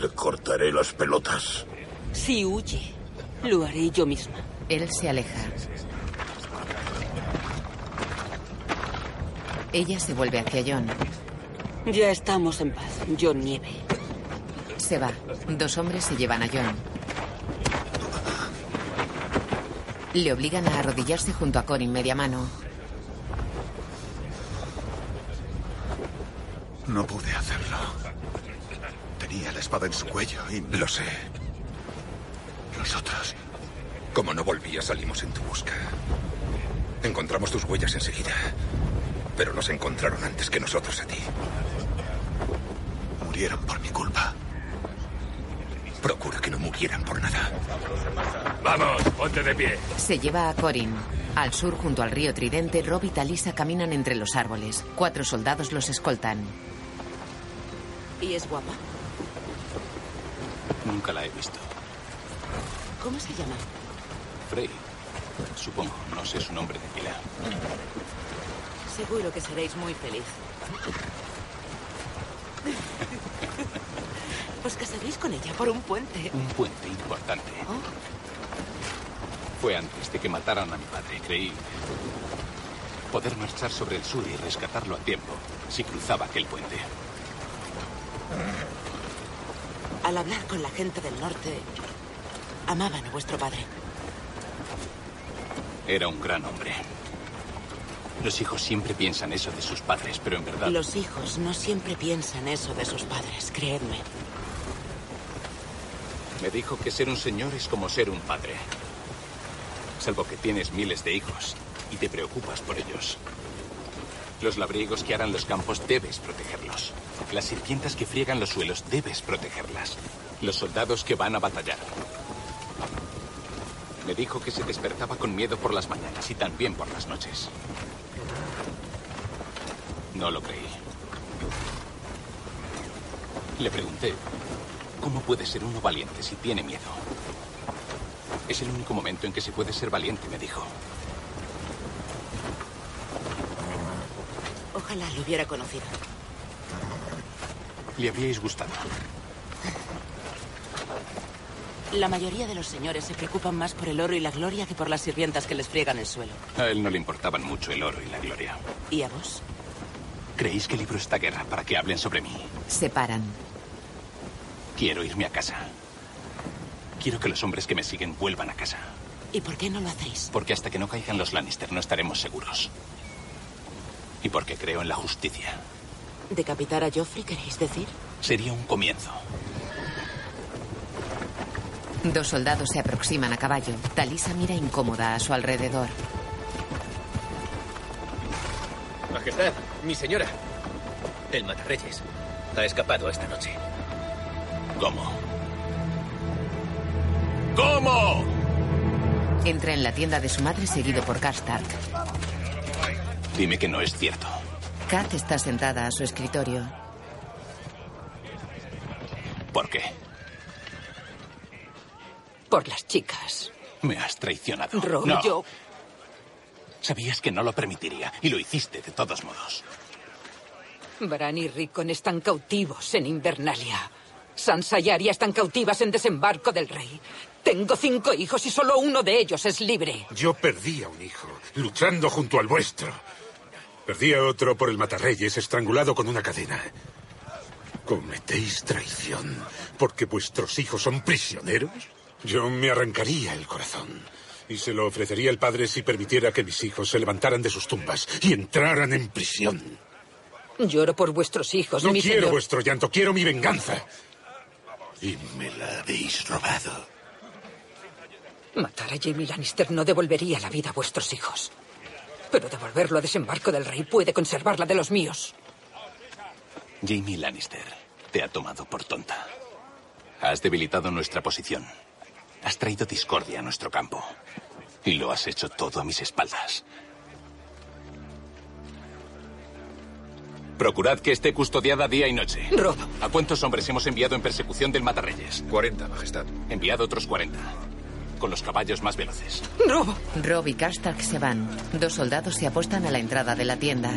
Speaker 18: le cortaré las pelotas.
Speaker 19: Si huye, lo haré yo misma.
Speaker 3: Él se aleja. Ella se vuelve hacia John.
Speaker 19: Ya estamos en paz, John Nieve.
Speaker 3: Se va. Dos hombres se llevan a John. Le obligan a arrodillarse junto a Corin media mano.
Speaker 12: No pude hacerlo. Tenía la espada en su cuello y...
Speaker 34: Lo
Speaker 12: sé. Nosotros. Como no volvía, salimos en tu busca. Encontramos tus huellas enseguida. Pero nos encontraron antes que nosotros a ti. Murieron por mi culpa. Procura que no murieran por nada.
Speaker 35: Vamos, ponte de pie.
Speaker 3: Se lleva a Corin. Al sur, junto al río Tridente, Rob y Talisa caminan entre los árboles. Cuatro soldados los escoltan.
Speaker 19: ¿Y es guapa?
Speaker 13: Nunca la he visto.
Speaker 19: ¿Cómo se llama?
Speaker 13: Frey. Supongo, no sé su nombre de pila.
Speaker 19: Seguro que seréis muy feliz. Os casaréis con ella por un puente.
Speaker 13: Un puente importante. Fue antes de que mataran a mi padre, creí. Poder marchar sobre el sur y rescatarlo a tiempo si cruzaba aquel puente.
Speaker 19: Al hablar con la gente del norte, amaban a vuestro padre.
Speaker 13: Era un gran hombre. Los hijos siempre piensan eso de sus padres, pero en verdad...
Speaker 19: Los hijos no siempre piensan eso de sus padres, creedme.
Speaker 13: Me dijo que ser un señor es como ser un padre. Salvo que tienes miles de hijos y te preocupas por ellos. Los labriegos que aran los campos debes protegerlos. Las sirvientas que friegan los suelos debes protegerlas. Los soldados que van a batallar. Me dijo que se despertaba con miedo por las mañanas y también por las noches. No lo creí. Le pregunté, ¿cómo puede ser uno valiente si tiene miedo? Es el único momento en que se puede ser valiente, me dijo.
Speaker 19: Ojalá lo hubiera conocido.
Speaker 13: Le habríais gustado.
Speaker 19: La mayoría de los señores se preocupan más por el oro y la gloria que por las sirvientas que les friegan el suelo.
Speaker 13: A él no le importaban mucho el oro y la gloria.
Speaker 19: ¿Y a vos?
Speaker 13: ¿Creéis que libro esta guerra para que hablen sobre mí?
Speaker 3: Se paran.
Speaker 13: Quiero irme a casa. Quiero que los hombres que me siguen vuelvan a casa.
Speaker 19: ¿Y por qué no lo hacéis?
Speaker 13: Porque hasta que no caigan los Lannister no estaremos seguros. Y porque creo en la justicia.
Speaker 19: ¿Decapitar a Joffrey, queréis decir?
Speaker 13: Sería un comienzo.
Speaker 3: Dos soldados se aproximan a caballo. Talisa mira incómoda a su alrededor.
Speaker 31: Majestad, mi señora. El Matarreyes ha escapado esta noche.
Speaker 13: ¿Cómo?
Speaker 18: ¿Cómo?
Speaker 3: Entra en la tienda de su madre seguido por Karstark.
Speaker 13: Dime que no es cierto.
Speaker 3: Kat está sentada a su escritorio.
Speaker 13: ¿Por qué?
Speaker 19: Por las chicas.
Speaker 13: Me has traicionado.
Speaker 19: Rob,
Speaker 13: No.
Speaker 19: yo...
Speaker 13: Sabías que no lo permitiría y lo hiciste de todos modos.
Speaker 26: Bran y Rickon están cautivos en Invernalia. Sansa y Arya están cautivas en Desembarco del Rey. Tengo cinco hijos y solo uno de ellos es libre.
Speaker 17: Yo perdí a un hijo, luchando junto al vuestro. Perdí a otro por el matarreyes, estrangulado con una cadena. Cometéis traición porque vuestros hijos son prisioneros. Yo me arrancaría el corazón y se lo ofrecería al padre si permitiera que mis hijos se levantaran de sus tumbas y entraran en prisión.
Speaker 26: Lloro por vuestros hijos,
Speaker 17: No
Speaker 26: mi
Speaker 17: quiero
Speaker 26: señor.
Speaker 17: vuestro llanto, quiero mi venganza. Y me la habéis robado.
Speaker 26: Matar a Jamie Lannister no devolvería la vida a vuestros hijos. Pero devolverlo a desembarco del rey puede conservarla de los míos.
Speaker 13: Jamie Lannister, te ha tomado por tonta. Has debilitado nuestra posición. Has traído discordia a nuestro campo. Y lo has hecho todo a mis espaldas. Procurad que esté custodiada día y noche.
Speaker 26: Rob.
Speaker 13: ¿A cuántos hombres hemos enviado en persecución del Matarreyes?
Speaker 5: 40, Majestad.
Speaker 13: Enviado otros 40. Con los caballos más veloces.
Speaker 26: Rob.
Speaker 3: Rob y Karstark se van. Dos soldados se apostan a la entrada de la tienda.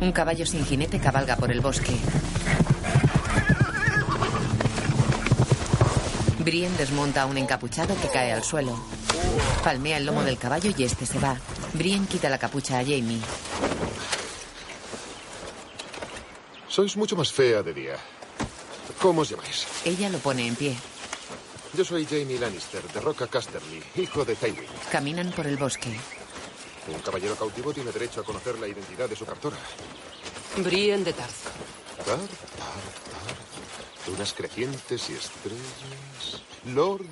Speaker 3: Un caballo sin jinete cabalga por el bosque. Brien desmonta a un encapuchado que cae al suelo. Palmea el lomo del caballo y este se va. Brien quita la capucha a Jamie.
Speaker 21: Sois mucho más fea de día. ¿Cómo os llamáis?
Speaker 3: Ella lo pone en pie.
Speaker 21: Yo soy Jamie Lannister, de Roca Casterly, hijo de Tywin.
Speaker 3: Caminan por el bosque.
Speaker 21: Un caballero cautivo tiene derecho a conocer la identidad de su captora.
Speaker 7: Brien de Tarth.
Speaker 21: Tar, tar, tar. Dunas crecientes y estrellas. Lord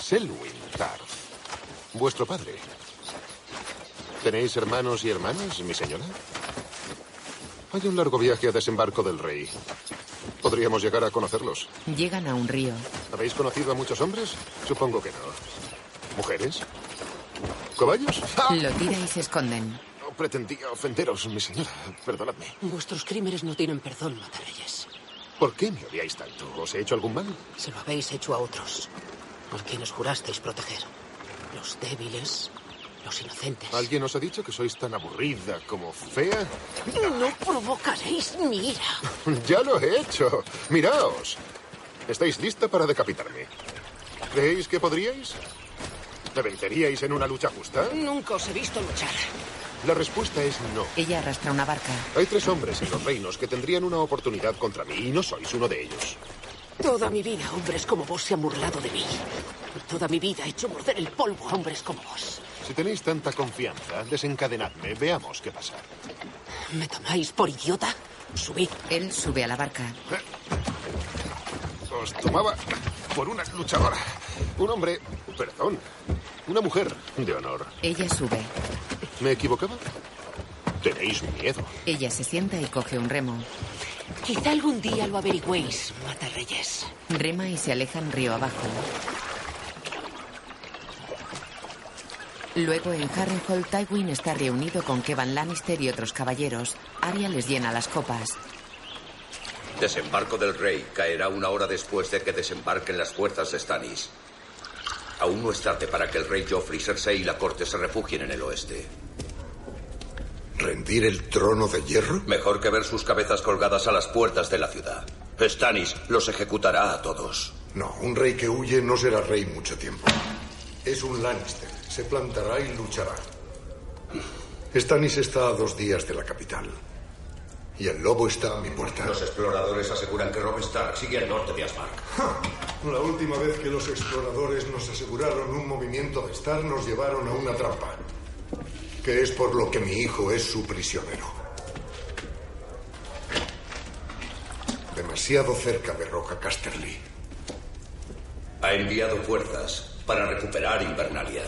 Speaker 21: Selwyn Tarth. Vuestro padre. ¿Tenéis hermanos y hermanas, mi señora? Hay un largo viaje a desembarco del rey. Podríamos llegar a conocerlos.
Speaker 3: Llegan a un río.
Speaker 21: ¿Habéis conocido a muchos hombres? Supongo que no. ¿Mujeres? ¿Caballos? ¡Ah!
Speaker 3: Lo tira y se esconden.
Speaker 21: No pretendía ofenderos, mi señora. Perdonadme.
Speaker 7: Vuestros crímenes no tienen perdón, Matarreyes.
Speaker 21: ¿Por qué me odiáis tanto? ¿Os he hecho algún mal?
Speaker 7: Se lo habéis hecho a otros. Por quienes jurasteis proteger. Los débiles, los inocentes.
Speaker 21: ¿Alguien os ha dicho que sois tan aburrida como fea? [laughs]
Speaker 7: No provocaréis mi ira.
Speaker 21: ya lo he hecho. Miraos. Estáis lista para decapitarme. ¿Creéis que podríais? ¿Me venceríais en una lucha justa?
Speaker 7: Nunca os he visto luchar.
Speaker 21: La respuesta es no.
Speaker 3: Ella arrastra una barca.
Speaker 21: Hay tres hombres en los reinos que tendrían una oportunidad contra mí y no sois uno de ellos.
Speaker 7: Toda mi vida hombres como vos se han burlado de mí. Toda mi vida he hecho morder el polvo a hombres como vos.
Speaker 21: Si tenéis tanta confianza, desencadenadme. Veamos qué pasa.
Speaker 7: ¿Me tomáis por idiota? Subid.
Speaker 3: Él sube a la barca.
Speaker 21: ¿Eh? Os tomaba por una luchadora. Un hombre, perdón, una mujer de honor.
Speaker 3: Ella sube.
Speaker 21: ¿Me equivocaba? Tenéis miedo.
Speaker 3: Ella se sienta y coge un remo.
Speaker 7: Quizá algún día lo averigüéis, Matarreyes.
Speaker 3: Rema y se alejan río abajo. Luego en Harrenhal, Tywin está reunido con Kevan Lannister y otros caballeros. Arya les llena las copas.
Speaker 12: Desembarco del rey caerá una hora después de que desembarquen las fuerzas de Stannis. Aún no es tarde para que el rey Joffrey, Cersei y la corte se refugien en el oeste.
Speaker 5: ¿Rendir el trono de hierro?
Speaker 12: Mejor que ver sus cabezas colgadas a las puertas de la ciudad. Stannis los ejecutará a todos.
Speaker 5: No, un rey que huye no será rey mucho tiempo. Es un Lannister se plantará y luchará. Stannis está a dos días de la capital. Y el lobo está a mi puerta.
Speaker 12: Los exploradores aseguran que Rob Stark sigue al norte de Asmark.
Speaker 5: ¡Ja! La última vez que los exploradores nos aseguraron un movimiento de Stark, nos llevaron a una trampa. Que es por lo que mi hijo es su prisionero. Demasiado cerca de Roca Casterly.
Speaker 12: Ha enviado fuerzas para recuperar Invernalia.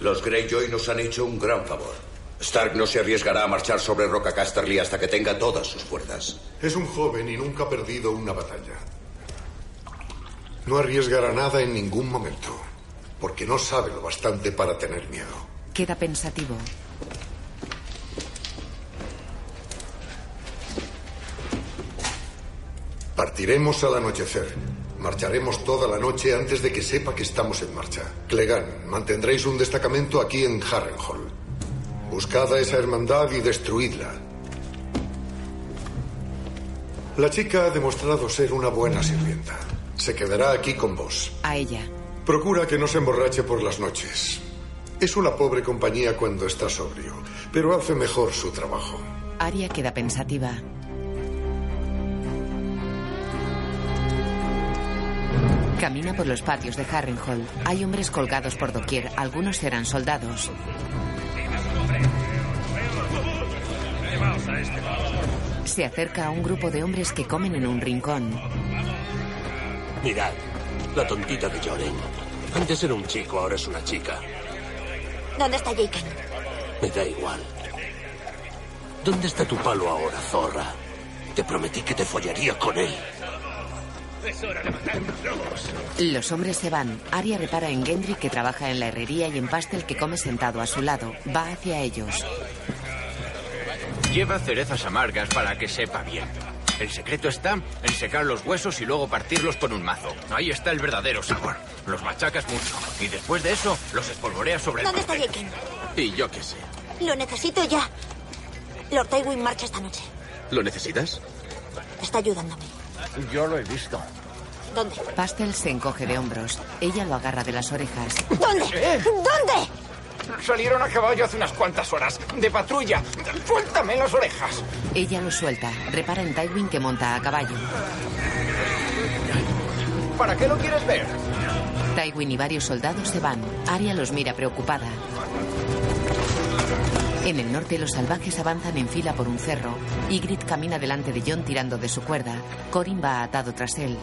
Speaker 12: Los Greyjoy nos han hecho un gran favor. Stark no se arriesgará a marchar sobre Roca Casterly hasta que tenga todas sus fuerzas.
Speaker 5: Es un joven y nunca ha perdido una batalla. No arriesgará nada en ningún momento, porque no sabe lo bastante para tener miedo.
Speaker 3: Queda pensativo.
Speaker 5: Partiremos al anochecer. Marcharemos toda la noche antes de que sepa que estamos en marcha. Clegan, mantendréis un destacamento aquí en Harrenhall. Buscad a esa hermandad y destruidla. La chica ha demostrado ser una buena sirvienta. Se quedará aquí con vos.
Speaker 3: A ella.
Speaker 5: Procura que no se emborrache por las noches. Es una pobre compañía cuando está sobrio, pero hace mejor su trabajo.
Speaker 3: Aria queda pensativa. Camina por los patios de Harrenhall. Hay hombres colgados por doquier. Algunos eran soldados. Se acerca a un grupo de hombres que comen en un rincón.
Speaker 36: Mirad,
Speaker 22: La tontita de Joren. Antes era un chico, ahora es una chica.
Speaker 14: ¿Dónde está Jacob?
Speaker 22: Me da igual. ¿Dónde está tu palo ahora, zorra? Te prometí que te follaría con él.
Speaker 12: Es hora de matarnos.
Speaker 3: Los hombres se van. Aria repara en Gendry que trabaja en la herrería y en Pastel que come sentado a su lado. Va hacia ellos.
Speaker 4: Lleva cerezas amargas para que sepa bien. El secreto está en secar los huesos y luego partirlos con un mazo. Ahí está el verdadero sabor. Los machacas mucho y después de eso los espolvoreas sobre el
Speaker 14: ¿Dónde está
Speaker 4: papel.
Speaker 14: Jacob?
Speaker 22: Y yo qué sé.
Speaker 14: Lo necesito ya. Lord Tywin marcha esta noche.
Speaker 22: ¿Lo necesitas?
Speaker 14: Está ayudándome.
Speaker 4: Yo lo he visto.
Speaker 14: ¿Dónde?
Speaker 3: Pastel se encoge de hombros. Ella lo agarra de las orejas.
Speaker 14: ¿Dónde? ¿Dónde?
Speaker 37: Eh. Salieron a caballo hace unas cuantas horas. De patrulla. Suéltame las orejas.
Speaker 3: Ella lo suelta. Repara en Tywin que monta a caballo.
Speaker 37: ¿Para qué lo quieres ver?
Speaker 3: Tywin y varios soldados se van. Arya los mira preocupada. En el norte los salvajes avanzan en fila por un cerro. Ygritte camina delante de John tirando de su cuerda. Corin va atado tras él.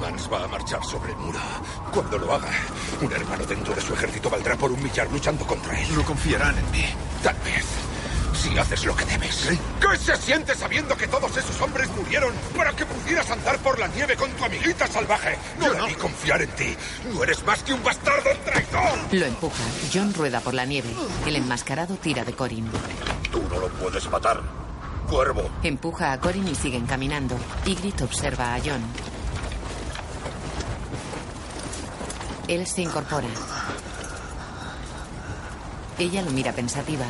Speaker 17: Mans va a marchar sobre el muro. Cuando lo haga, un hermano dentro de su ejército valdrá por un millar luchando contra él.
Speaker 32: No confiarán en mí.
Speaker 17: Tal vez. Si haces lo que debes.
Speaker 18: ¿Qué se siente sabiendo que todos esos hombres murieron para que pudieras andar por la nieve con tu amiguita salvaje? No
Speaker 17: Yo
Speaker 18: debí confiar en ti. No eres más que un bastardo traidor.
Speaker 3: Lo empuja. John rueda por la nieve. El enmascarado tira de Corin.
Speaker 25: Tú no lo puedes matar. Cuervo.
Speaker 3: Empuja a Corin y siguen caminando. Ygritte observa a John. Él se incorpora. Ella lo mira pensativa.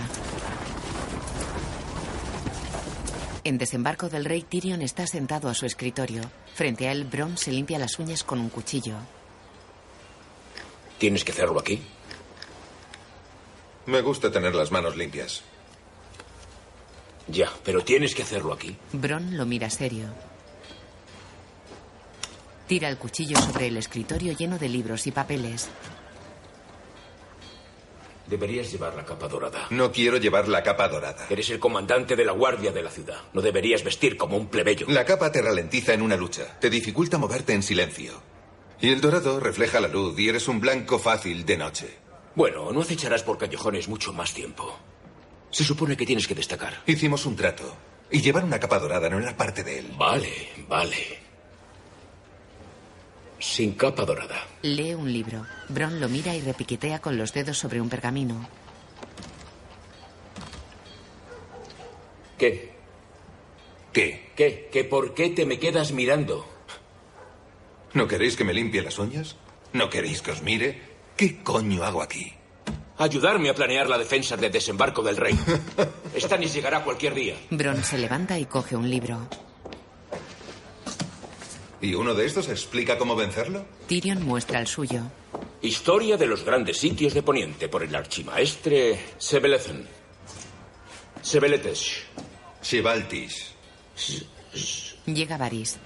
Speaker 3: En desembarco del rey, Tyrion está sentado a su escritorio. Frente a él, Bron se limpia las uñas con un cuchillo.
Speaker 31: ¿Tienes que hacerlo aquí?
Speaker 38: Me gusta tener las manos limpias.
Speaker 31: Ya, pero tienes que hacerlo aquí.
Speaker 3: Bron lo mira serio. Tira el cuchillo sobre el escritorio lleno de libros y papeles.
Speaker 31: Deberías llevar la capa dorada.
Speaker 38: No quiero llevar la capa dorada.
Speaker 31: Eres el comandante de la guardia de la ciudad. No deberías vestir como un plebeyo.
Speaker 38: La capa te ralentiza en una lucha, te dificulta moverte en silencio. Y el dorado refleja la luz y eres un blanco fácil de noche.
Speaker 31: Bueno, no acecharás por callejones mucho más tiempo. Se supone que tienes que destacar.
Speaker 38: Hicimos un trato. Y llevar una capa dorada no era parte de él.
Speaker 31: Vale, vale. Sin capa dorada.
Speaker 3: Lee un libro. Bron lo mira y repiquetea con los dedos sobre un pergamino.
Speaker 31: ¿Qué?
Speaker 38: ¿Qué?
Speaker 31: ¿Qué? ¿Que por qué te me quedas mirando?
Speaker 38: ¿No queréis que me limpie las uñas? ¿No queréis que os mire? ¿Qué coño hago aquí?
Speaker 31: Ayudarme a planear la defensa de desembarco
Speaker 38: [laughs]
Speaker 31: del rey. Stannis llegará cualquier día.
Speaker 3: Bron se levanta y coge un libro.
Speaker 38: ¿Y uno de estos explica cómo vencerlo?
Speaker 3: Tyrion muestra el suyo.
Speaker 31: Historia de los grandes sitios de Poniente por el archimaestre Sebelethen. Sebeletesh.
Speaker 38: Sibaltis.
Speaker 3: Llega Varys.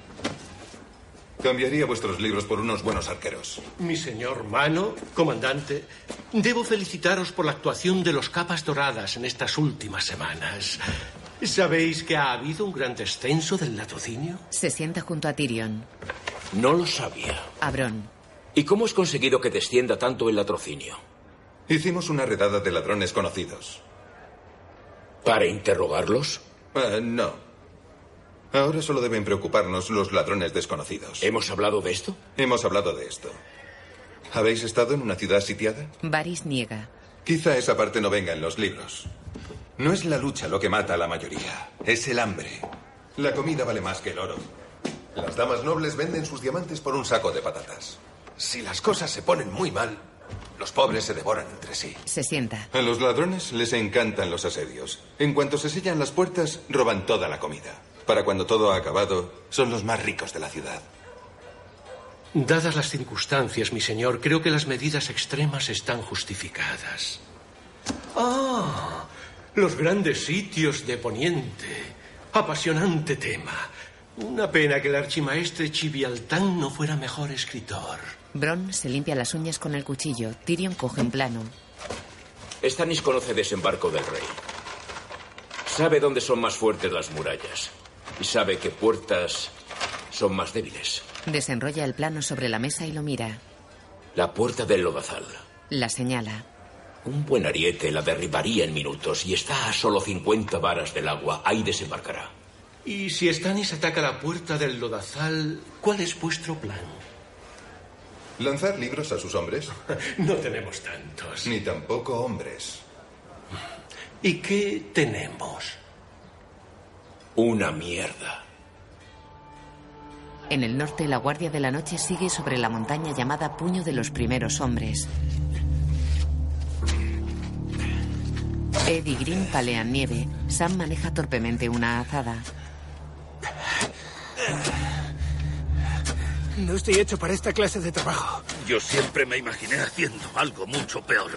Speaker 38: Cambiaría vuestros libros por unos buenos arqueros.
Speaker 22: Mi señor Mano, comandante, debo felicitaros por la actuación de los capas doradas en estas últimas semanas. ¿Sabéis que ha habido un gran descenso del latrocinio?
Speaker 3: Se sienta junto a Tyrion.
Speaker 31: No lo sabía.
Speaker 3: A Bron.
Speaker 31: ¿Y cómo has conseguido que descienda tanto el latrocinio?
Speaker 38: Hicimos una redada de ladrones conocidos.
Speaker 31: ¿Para interrogarlos?
Speaker 38: Eh, no. Ahora solo deben preocuparnos los ladrones desconocidos.
Speaker 31: ¿Hemos hablado de esto?
Speaker 38: Hemos hablado de esto. ¿Habéis estado en una ciudad sitiada?
Speaker 3: Varys niega.
Speaker 38: Quizá esa parte no venga en los libros. No es la lucha lo que mata a la mayoría, es el hambre. La comida vale más que el oro. Las damas nobles venden sus diamantes por un saco de patatas. Si las cosas se ponen muy mal, los pobres se devoran entre sí.
Speaker 3: Se sienta.
Speaker 38: A los ladrones les encantan los asedios. En cuanto se sellan las puertas, roban toda la comida. Para cuando todo ha acabado, son los más ricos de la ciudad.
Speaker 22: Dadas las circunstancias, mi señor, creo que las medidas extremas están justificadas. ¡Ah! Los grandes sitios de Poniente. Apasionante tema. Una pena que el archimaestre Chivialtán no fuera mejor escritor.
Speaker 3: Bron se limpia las uñas con el cuchillo. Tyrion coge un plano.
Speaker 31: Stannis conoce desembarco del rey. Sabe dónde son más fuertes las murallas. Y sabe qué puertas son más débiles.
Speaker 3: Desenrolla el plano sobre la mesa y lo mira.
Speaker 31: La puerta del lodazal.
Speaker 3: La señala.
Speaker 31: Un buen ariete la derribaría en minutos y está a solo 50 varas del agua. Ahí desembarcará.
Speaker 22: Y si Stannis ataca la puerta del lodazal, ¿cuál es vuestro plan?
Speaker 38: ¿Lanzar libros a sus hombres?
Speaker 22: [laughs] No tenemos tantos.
Speaker 38: Ni tampoco hombres.
Speaker 22: ¿Y qué tenemos?
Speaker 31: Una mierda.
Speaker 3: En el norte, la Guardia de la Noche sigue sobre la montaña llamada Puño de los Primeros Hombres. Ed y Green palean nieve. Sam maneja torpemente una azada.
Speaker 2: No estoy hecho para esta clase de trabajo.
Speaker 12: Yo siempre me imaginé haciendo algo mucho peor.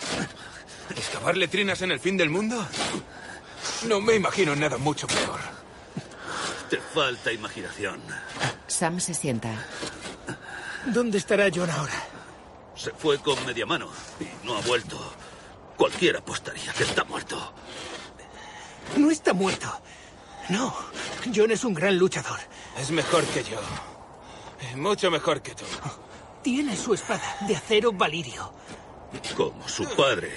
Speaker 17: ¿Excavar letrinas en el fin del mundo? No me imagino nada mucho peor.
Speaker 12: Te falta imaginación.
Speaker 3: Sam se sienta.
Speaker 2: ¿Dónde estará John ahora?
Speaker 12: Se fue con media mano y no ha vuelto. Cualquiera apostaría que está muerto.
Speaker 2: No está muerto. No, John es un gran luchador.
Speaker 17: Es mejor que yo. Mucho mejor que tú.
Speaker 2: Tiene su espada de acero valirio.
Speaker 12: Como su padre.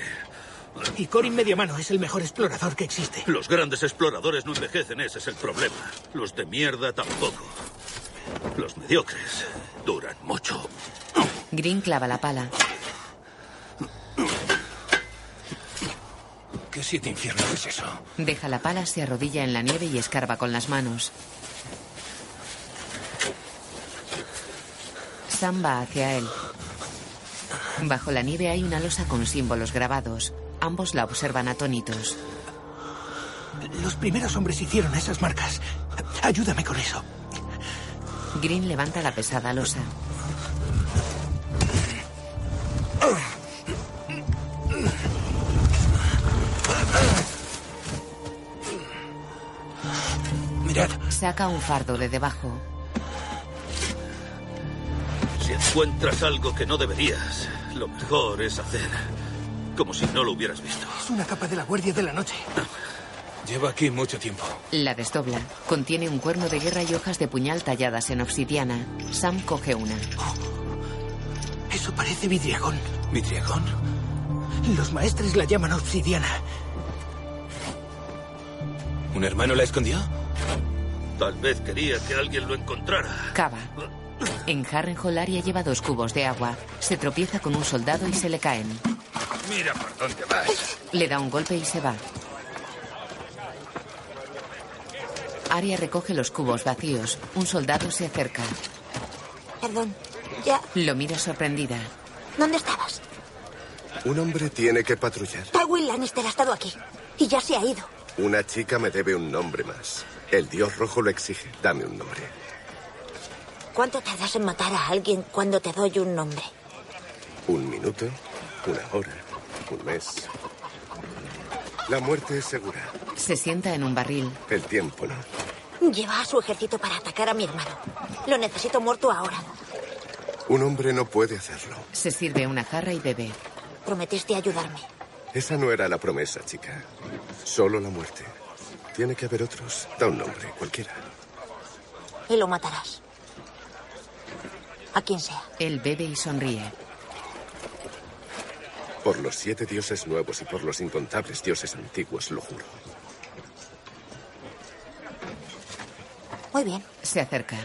Speaker 2: Y Corin Mediamano es el mejor explorador que existe.
Speaker 12: Los grandes exploradores no envejecen, ese es el problema. Los de mierda tampoco. Los mediocres duran mucho.
Speaker 3: Green clava la pala.
Speaker 17: ¿Qué siete infierno es eso?
Speaker 3: Deja la pala, se arrodilla en la nieve y escarba con las manos. Sam va hacia él. Bajo la nieve hay una losa con símbolos grabados. Ambos la observan atónitos.
Speaker 2: Los primeros hombres hicieron esas marcas. Ayúdame con eso.
Speaker 3: Green levanta la pesada losa.
Speaker 2: Mirad.
Speaker 3: Saca un fardo de debajo.
Speaker 12: Si encuentras algo que no deberías, lo mejor es hacer como si no lo hubieras visto.
Speaker 2: Es una capa de la Guardia de la Noche.
Speaker 17: Llevo aquí mucho tiempo.
Speaker 3: La desdobla. Contiene un cuerno de guerra y hojas de puñal talladas en obsidiana. Sam coge una.
Speaker 2: Eso parece vidriagón.
Speaker 17: ¿Vidriagón?
Speaker 2: Los maestres la llaman obsidiana.
Speaker 17: ¿Un hermano la escondió?
Speaker 12: Tal vez quería que alguien lo encontrara.
Speaker 3: Cava. En Harrenhal Aria lleva dos cubos de agua. Se tropieza con un soldado y se le caen.
Speaker 12: Mira por dónde vas.
Speaker 3: Le da un golpe y se va. Aria recoge los cubos vacíos. Un soldado se acerca.
Speaker 14: Perdón, ya.
Speaker 3: Lo mira sorprendida.
Speaker 14: ¿Dónde estabas?
Speaker 23: Un hombre tiene que patrullar.
Speaker 14: Tywin Lannister ha estado aquí. Y ya se ha ido.
Speaker 23: Una chica me debe un nombre más. El dios rojo lo exige. Dame un nombre.
Speaker 14: ¿Cuánto tardas en matar a alguien cuando te doy un nombre?
Speaker 23: Un minuto, una hora, un mes. La muerte es segura.
Speaker 3: Se sienta en un barril.
Speaker 23: El tiempo no.
Speaker 14: Lleva a su ejército para atacar a mi hermano. Lo necesito muerto ahora.
Speaker 23: Un hombre no puede hacerlo.
Speaker 3: Se sirve una jarra y bebe.
Speaker 14: Prometiste ayudarme.
Speaker 23: Esa no era la promesa, chica. Solo la muerte. Tiene que haber otros. Da un nombre, cualquiera.
Speaker 14: Y lo matarás. A quien sea.
Speaker 3: Él bebe y sonríe.
Speaker 23: Por los siete dioses nuevos y por los incontables dioses antiguos, lo juro.
Speaker 14: Muy bien.
Speaker 3: Se acerca.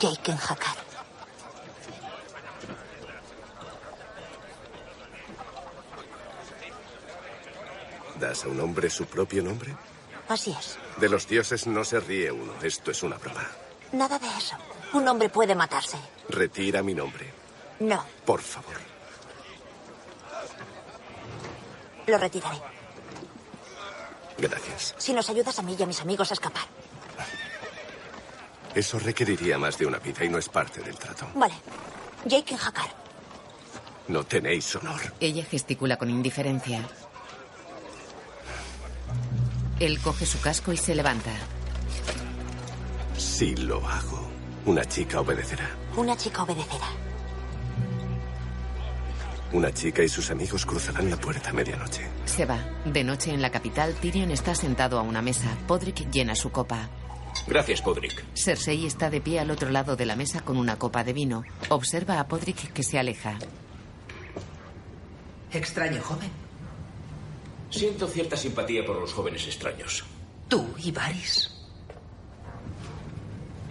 Speaker 14: Jake en Hakar.
Speaker 23: ¿Das a un hombre su propio nombre?
Speaker 14: Así es.
Speaker 23: De los dioses no se ríe uno. Esto es una broma.
Speaker 14: Nada de eso. Un hombre puede matarse.
Speaker 23: Retira mi nombre.
Speaker 14: No,
Speaker 23: Por favor.
Speaker 14: lo retiraré.
Speaker 23: Gracias.
Speaker 14: Si nos ayudas a mí y a mis amigos a escapar.
Speaker 23: Eso requeriría más de una vida y no es parte del trato.
Speaker 14: Vale. Jake en Hakar.
Speaker 23: No tenéis honor.
Speaker 3: Ella gesticula con indiferencia. Él coge su casco y se levanta.
Speaker 23: Si lo hago, una chica obedecerá.
Speaker 14: Una chica obedecerá.
Speaker 23: Una chica y sus amigos cruzarán la puerta a medianoche.
Speaker 3: Se va. De noche en la capital, Tyrion está sentado a una mesa. Podrick llena su copa.
Speaker 39: Gracias, Podrick.
Speaker 3: Cersei está de pie al otro lado de la mesa con una copa de vino. Observa a Podrick que se aleja.
Speaker 7: Extraño joven.
Speaker 31: Siento cierta simpatía por los jóvenes extraños.
Speaker 7: Tú y Varys.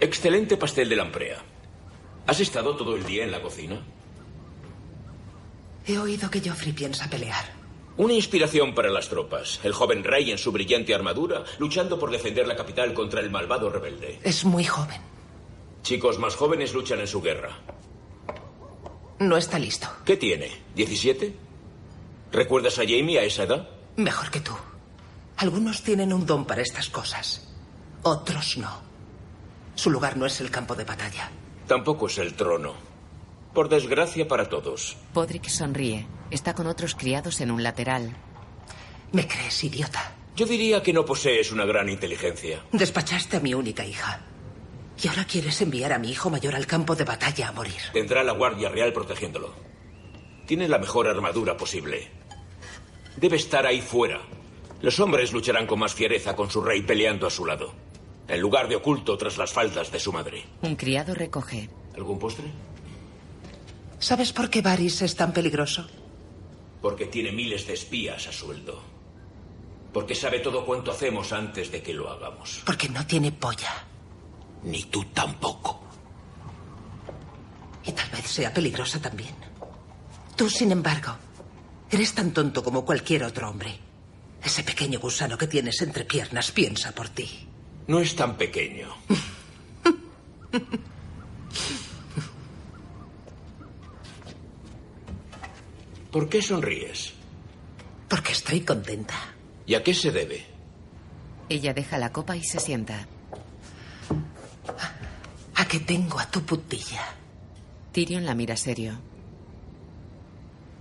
Speaker 31: Excelente pastel de lamprea. ¿Has estado todo el día en la cocina?
Speaker 7: He oído que Joffrey piensa pelear.
Speaker 31: Una inspiración para las tropas. El joven rey en su brillante armadura, luchando por defender la capital contra el malvado rebelde.
Speaker 7: Es muy joven.
Speaker 31: Chicos más jóvenes luchan en su guerra.
Speaker 7: No está listo.
Speaker 31: ¿Qué tiene? ¿17? ¿Recuerdas a Jamie a esa edad?
Speaker 7: Mejor que tú. Algunos tienen un don para estas cosas. Otros no. Su lugar no es el campo de batalla.
Speaker 31: Tampoco es el trono. Por desgracia para todos.
Speaker 3: Podrick sonríe. Está con otros criados en un lateral.
Speaker 7: ¿Me crees idiota?
Speaker 31: Yo diría que no posees una gran inteligencia.
Speaker 7: Despachaste a mi única hija. Y ahora quieres enviar a mi hijo mayor al campo de batalla a morir.
Speaker 31: Tendrá la Guardia Real protegiéndolo. Tiene la mejor armadura posible. Debe estar ahí fuera. Los hombres lucharán con más fiereza con su rey peleando a su lado. En lugar de oculto tras las faldas de su madre.
Speaker 3: Un criado recoge.
Speaker 31: ¿Algún postre?
Speaker 7: ¿Sabes por qué Varys es tan peligroso?
Speaker 31: Porque tiene miles de espías a sueldo. Porque sabe todo cuanto hacemos antes de que lo hagamos.
Speaker 7: Porque no tiene polla.
Speaker 31: Ni tú tampoco.
Speaker 7: Y tal vez sea peligrosa también. Tú, sin embargo, eres tan tonto como cualquier otro hombre. Ese pequeño gusano que tienes entre piernas piensa por ti.
Speaker 31: No es tan pequeño. ¿Por qué sonríes?
Speaker 7: Porque estoy contenta.
Speaker 31: ¿Y a qué se debe?
Speaker 3: Ella deja la copa y se sienta.
Speaker 7: A que tengo a tu putilla.
Speaker 3: Tyrion la mira serio.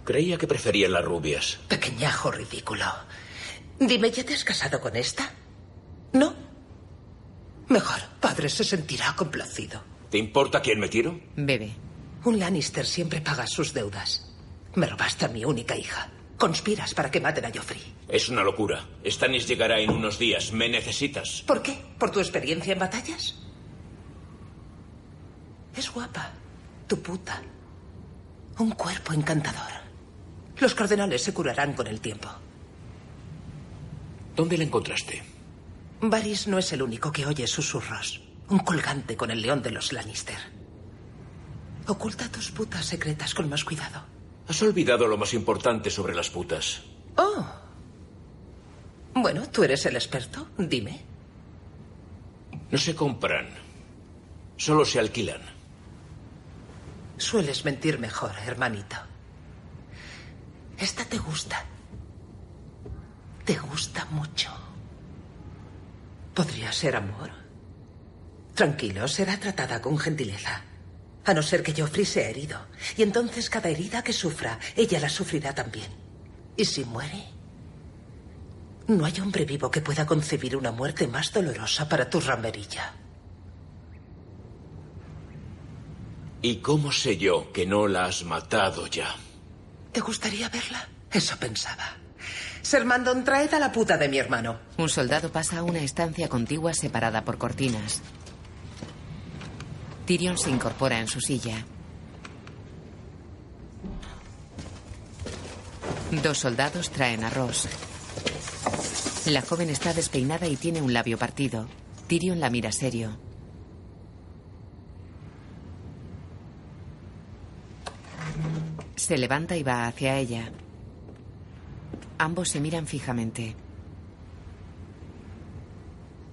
Speaker 31: Creía que prefería las rubias.
Speaker 7: Pequeñajo ridículo. Dime, ¿ya te has casado con esta? ¿No? Mejor, padre se sentirá complacido.
Speaker 31: ¿Te importa quién me tiro?
Speaker 3: Bebe.
Speaker 7: Un Lannister siempre paga sus deudas. Me robaste a mi única hija. Conspiras para que maten a Joffrey.
Speaker 31: Es una locura. Stannis llegará en unos días. Me necesitas.
Speaker 7: ¿Por qué? ¿Por tu experiencia en batallas? Es guapa. Tu puta. Un cuerpo encantador. Los cardenales se curarán con el tiempo.
Speaker 31: ¿Dónde la encontraste?
Speaker 7: Varys no es el único que oye susurros. Un colgante con el león de los Lannister. Oculta tus putas secretas con más cuidado.
Speaker 31: Has olvidado lo más importante sobre las putas.
Speaker 7: Oh. Bueno, tú eres el experto. Dime.
Speaker 31: No se compran. Solo se alquilan.
Speaker 7: Sueles mentir mejor, hermanito. Esta te gusta. Te gusta mucho. Podría ser amor. Tranquilo, será tratada con gentileza. A no ser que Joffrey sea herido. Y entonces cada herida que sufra, ella la sufrirá también. Y si muere... No hay hombre vivo que pueda concebir una muerte más dolorosa para tu ramerilla.
Speaker 31: ¿Y cómo sé yo que no la has matado ya?
Speaker 7: ¿Te gustaría verla? Eso pensaba. Sermandon, traed a la puta de mi hermano.
Speaker 3: Un soldado pasa a una estancia contigua separada por cortinas. Tyrion se incorpora en su silla. Dos soldados traen a Ross. La joven está despeinada y tiene un labio partido. Tyrion la mira serio. Se levanta y va hacia ella. Ambos se miran fijamente.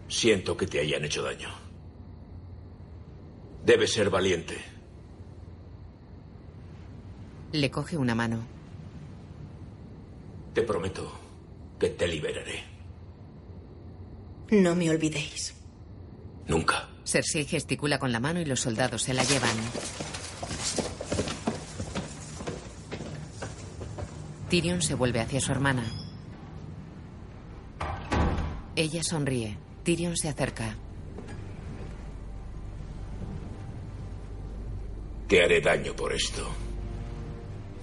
Speaker 31: Siento que te hayan hecho daño. Debes ser valiente.
Speaker 3: Le coge una mano.
Speaker 31: Te prometo que te liberaré.
Speaker 40: No me olvidéis.
Speaker 31: Nunca.
Speaker 3: Cersei gesticula con la mano y los soldados se la llevan. Tyrion se vuelve hacia su hermana. Ella sonríe. Tyrion se acerca.
Speaker 31: Te haré daño por esto.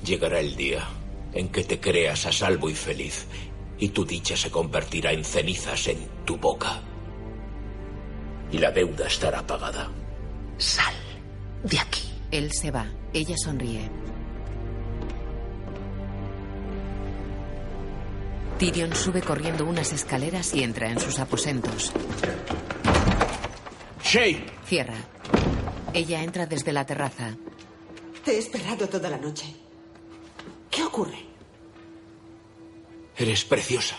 Speaker 31: Llegará el día en que te creas a salvo y feliz, y tu dicha se convertirá en cenizas en tu boca. Y la deuda estará pagada.
Speaker 3: Sal de aquí. Él se va. Ella sonríe. Tyrion sube corriendo unas escaleras y entra en sus aposentos.
Speaker 31: ¡Shay!
Speaker 3: Cierra. Ella entra desde la terraza.
Speaker 7: Te he esperado toda la noche. ¿Qué ocurre?
Speaker 31: Eres preciosa.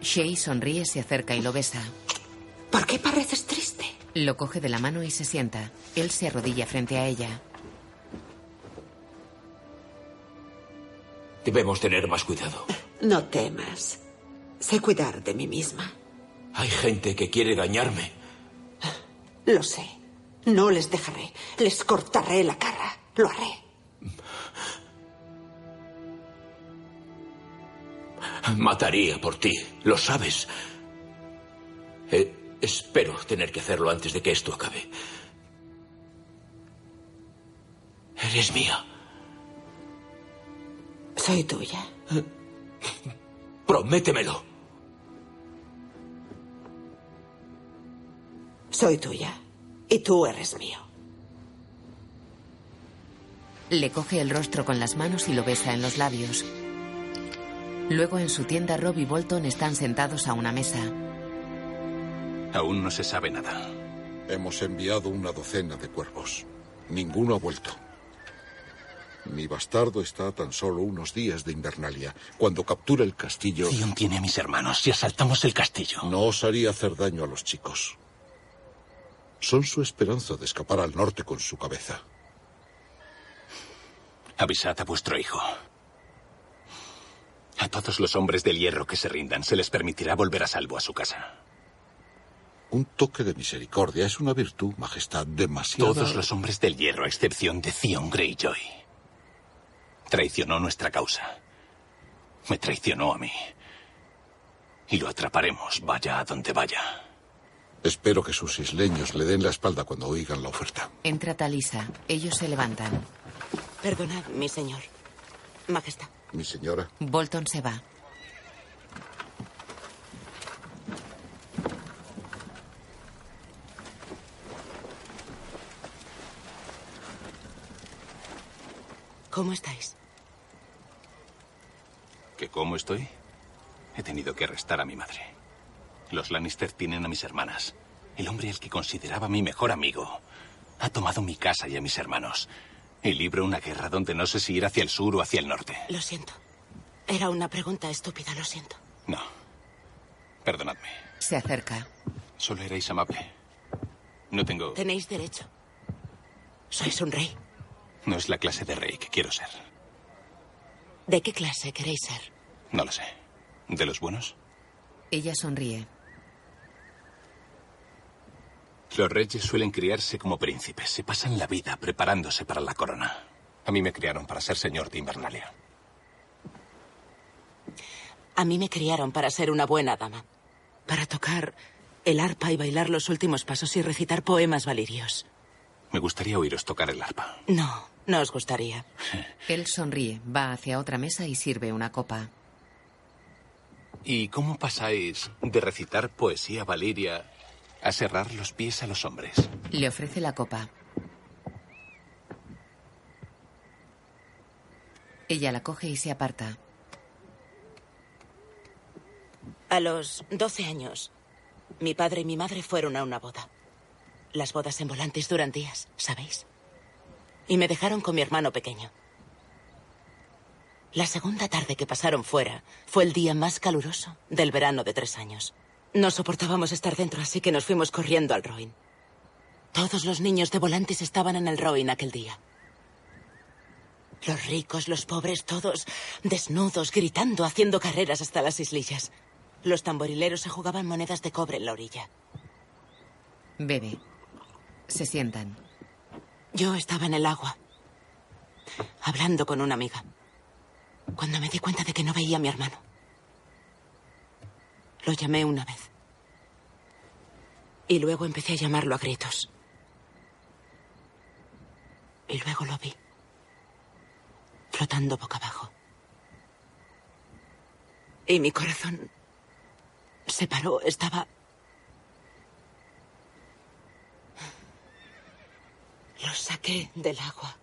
Speaker 3: Shay sonríe, se acerca y lo besa.
Speaker 7: ¿Por qué pareces triste?
Speaker 3: Lo coge de la mano y se sienta. Él se arrodilla frente a ella.
Speaker 31: Debemos tener más cuidado.
Speaker 7: No temas. Sé cuidar de mí misma.
Speaker 31: Hay gente que quiere dañarme.
Speaker 7: Lo sé. No les dejaré. Les cortaré la cara. Lo haré.
Speaker 31: Mataría por ti, lo sabes. Eh, espero tener que hacerlo antes de que esto acabe. Eres mía.
Speaker 7: Soy tuya.
Speaker 31: Prométemelo.
Speaker 7: Soy tuya. Y tú eres mío.
Speaker 3: Le coge el rostro con las manos y lo besa en los labios. Luego en su tienda Rob y Bolton están sentados a una mesa.
Speaker 13: Aún no se sabe nada.
Speaker 12: Hemos enviado una docena de cuervos. Ninguno ha vuelto. Mi bastardo está a tan solo unos días de Invernalia. Cuando captura el castillo...
Speaker 19: Dion tiene a mis hermanos si asaltamos el castillo.
Speaker 12: No os haría hacer daño a los chicos. Son su esperanza de escapar al norte con su cabeza.
Speaker 13: Avisad a vuestro hijo. A todos los hombres del hierro que se rindan se les permitirá volver a salvo a su casa.
Speaker 12: Un toque de misericordia es una virtud, Majestad, demasiado...
Speaker 13: Todos los hombres del hierro, a excepción de Theon Greyjoy. Traicionó nuestra causa. Me traicionó a mí. Y lo atraparemos, vaya a donde vaya.
Speaker 12: Espero que sus isleños le den la espalda cuando oigan la oferta.
Speaker 3: Entra Talisa. Ellos se levantan.
Speaker 19: Perdonad, mi señor. Majestad.
Speaker 12: Mi señora.
Speaker 3: Bolton se va.
Speaker 19: ¿Cómo estáis?
Speaker 13: ¿Que cómo estoy? He tenido que arrestar a mi madre. Los Lannister tienen a mis hermanas. El hombre al que consideraba mi mejor amigo ha tomado mi casa y a mis hermanos. Y libro una guerra donde no sé si ir hacia el sur o hacia el norte.
Speaker 19: Lo siento. Era una pregunta estúpida, lo siento.
Speaker 13: No. Perdonadme.
Speaker 3: Se acerca.
Speaker 13: Solo erais amable. No tengo...
Speaker 19: Tenéis derecho. Sois un rey.
Speaker 13: No es la clase de rey que quiero ser.
Speaker 19: ¿De qué clase queréis ser?
Speaker 13: No lo sé. ¿De los buenos?
Speaker 3: Ella sonríe.
Speaker 13: Los reyes suelen criarse como príncipes. Se pasan la vida preparándose para la corona. A mí me criaron para ser señor de Invernalia.
Speaker 19: A mí me criaron para ser una buena dama. Para tocar el arpa y bailar los últimos pasos y recitar poemas valirios.
Speaker 13: Me gustaría oíros tocar el arpa.
Speaker 19: No, no os gustaría.
Speaker 3: Él sonríe, va hacia otra mesa y sirve una copa.
Speaker 13: ¿Y cómo pasáis de recitar poesía valiria a cerrar los pies a los hombres?
Speaker 3: Le ofrece la copa. Ella la coge y se aparta.
Speaker 19: A los 12 años, mi padre y mi madre fueron a una boda. Las bodas en volantes duran días, ¿sabéis? Y me dejaron con mi hermano pequeño. La segunda tarde que pasaron fuera fue el día más caluroso del verano de tres años. No soportábamos estar dentro, así que nos fuimos corriendo al Roin. Todos los niños de volantes estaban en el Roin aquel día. Los ricos, los pobres, todos desnudos, gritando, haciendo carreras hasta las islillas. Los tamborileros se jugaban monedas de cobre en la orilla.
Speaker 3: Bebe. Se sientan.
Speaker 19: Yo estaba en el agua, hablando con una amiga cuando me di cuenta de que no veía a mi hermano. Lo llamé una vez. Y luego empecé a llamarlo a gritos. Y luego lo vi. Flotando boca abajo. Y mi corazón se paró. Estaba... Lo saqué del agua.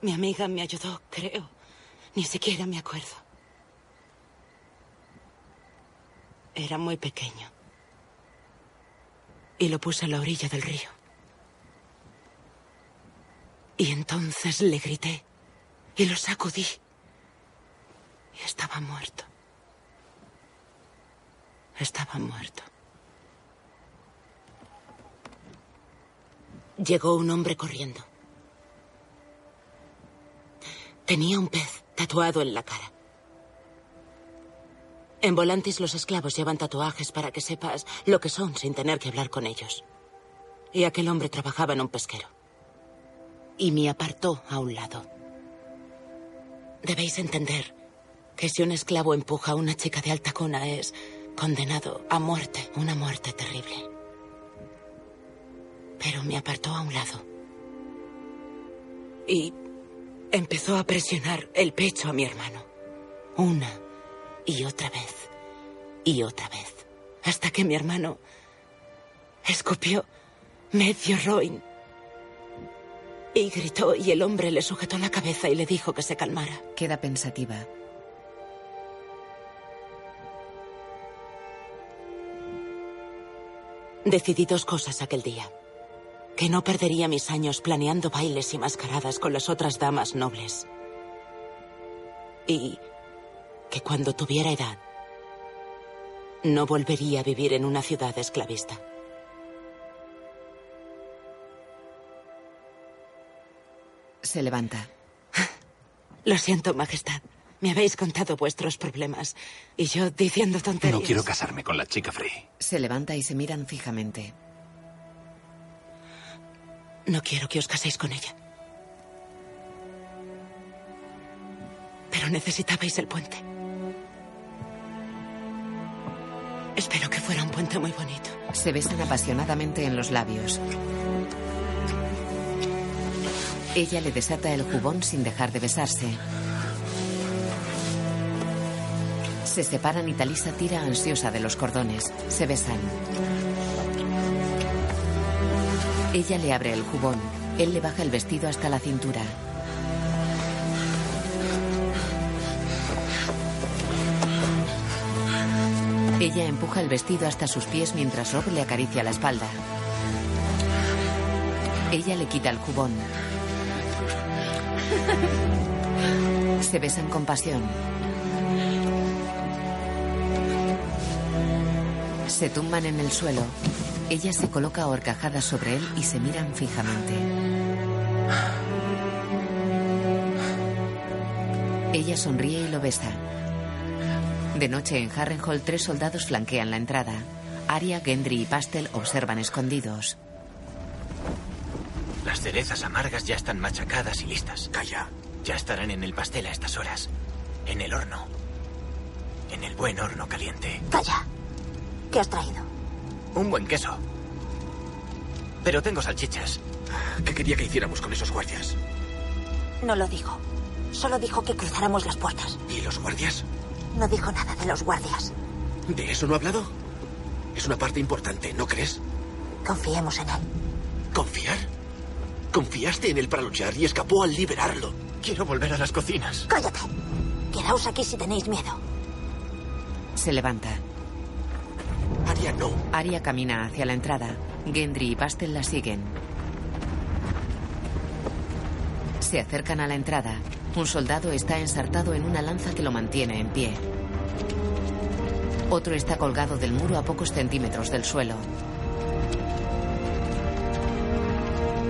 Speaker 19: Mi amiga me ayudó, creo. Ni siquiera me acuerdo. Era muy pequeño. Y lo puse a la orilla del río. Y entonces le grité y lo sacudí. Y estaba muerto. Estaba muerto. Llegó un hombre corriendo. Tenía un pez tatuado en la cara. En Volantis los esclavos llevan tatuajes para que sepas lo que son sin tener que hablar con ellos. Y aquel hombre trabajaba en un pesquero. Y me apartó a un lado. Debéis entender que si un esclavo empuja a una chica de alta cuna es condenado a muerte, una muerte terrible. Pero me apartó a un lado. Y empezó a presionar el pecho a mi hermano. Una y otra vez. Y otra vez. Hasta que mi hermano escupió medio roin. Y gritó y el hombre le sujetó la cabeza y le dijo que se calmara.
Speaker 3: Queda pensativa.
Speaker 19: Decidí dos cosas aquel día. Que no perdería mis años planeando bailes y mascaradas con las otras damas nobles. Y que cuando tuviera edad, no volvería a vivir en una ciudad esclavista.
Speaker 3: Se levanta.
Speaker 19: [laughs] Lo siento, Majestad. Me habéis contado vuestros problemas. Y yo diciendo tonterías.
Speaker 41: No quiero casarme con la chica Free.
Speaker 3: Se levanta y se miran fijamente.
Speaker 19: No quiero que os caséis con ella. Pero necesitabais el puente. Espero que fuera un puente muy bonito.
Speaker 3: Se besan apasionadamente en los labios. Ella le desata el jubón sin dejar de besarse. Se separan y Talisa tira ansiosa de los cordones. Se besan. Ella le abre el jubón. Él le baja el vestido hasta la cintura. Ella empuja el vestido hasta sus pies mientras Rob le acaricia la espalda. Ella le quita el jubón. Se besan con pasión. Se tumban en el suelo. Ella se coloca ahorcajada sobre él y se miran fijamente. Ella sonríe y lo besa. De noche en Harrenhall, tres soldados flanquean la entrada. Aria, Gendry y Pastel observan escondidos.
Speaker 4: Las cerezas amargas ya están machacadas y listas. Calla. Ya estarán en el pastel a estas horas. En el horno. En el buen horno caliente.
Speaker 14: Calla. ¿Qué has traído?
Speaker 4: Un buen queso. Pero tengo salchichas. ¿Qué quería que hiciéramos con esos guardias?
Speaker 14: No lo dijo. Solo dijo que cruzáramos las puertas.
Speaker 4: ¿Y los guardias?
Speaker 14: No dijo nada de los guardias.
Speaker 4: ¿De eso no ha hablado? Es una parte importante, ¿no crees?
Speaker 14: Confiemos en él.
Speaker 4: ¿Confiar? Confiaste en él para luchar y escapó al liberarlo. Quiero volver a las cocinas.
Speaker 14: Cállate. Quedaos aquí si tenéis miedo.
Speaker 3: Se levanta.
Speaker 4: Aria no.
Speaker 3: Aria camina hacia la entrada. Gendry y Bastel la siguen. Se acercan a la entrada. Un soldado está ensartado en una lanza que lo mantiene en pie. Otro está colgado del muro a pocos centímetros del suelo.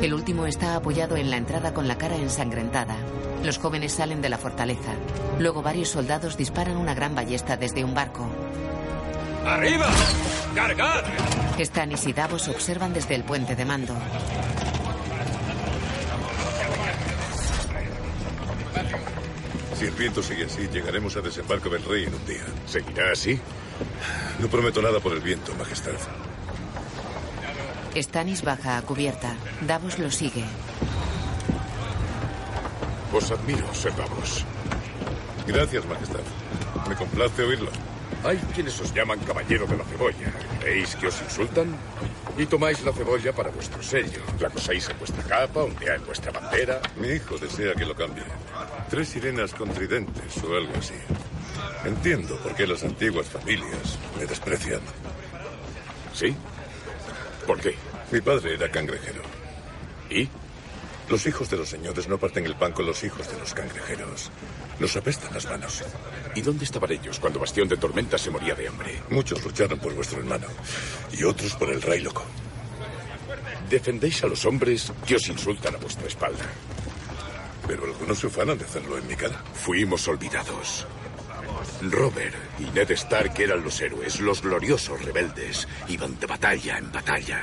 Speaker 3: El último está apoyado en la entrada con la cara ensangrentada. Los jóvenes salen de la fortaleza. Luego varios soldados disparan una gran ballesta desde un barco.
Speaker 31: ¡Arriba! ¡Cargad!
Speaker 3: Stannis y Davos observan desde el puente de mando.
Speaker 18: Si el viento sigue así, llegaremos a desembarco del rey en un día.
Speaker 42: ¿Seguirá así?
Speaker 18: No prometo nada por el viento, Majestad.
Speaker 3: Stannis baja a cubierta. Davos lo sigue.
Speaker 18: Os admiro, Ser Davos.
Speaker 43: Gracias, Majestad. Me complace oírlo.
Speaker 18: Hay quienes os llaman caballero de la cebolla. ¿Veis que os insultan? Y tomáis la cebolla para vuestro sello. La cosáis en vuestra capa, ondea en vuestra bandera.
Speaker 43: Mi hijo desea que lo cambie. Tres sirenas con tridentes o algo así. Entiendo por qué las antiguas familias me desprecian.
Speaker 18: ¿Sí? ¿Por qué?
Speaker 43: Mi padre era cangrejero.
Speaker 18: ¿Y?
Speaker 43: Los hijos de los señores no parten el pan con los hijos de los cangrejeros. Nos apestan las manos.
Speaker 18: ¿Y dónde estaban ellos cuando Bastión de Tormenta se moría de hambre?
Speaker 43: Muchos lucharon por vuestro hermano y otros por el rey loco.
Speaker 18: Defendéis a los hombres que os insultan a vuestra espalda.
Speaker 43: Pero algunos se ufanan de hacerlo en mi cara.
Speaker 18: Fuimos olvidados. Robert y Ned Stark eran los héroes, los gloriosos rebeldes. Iban de batalla en batalla,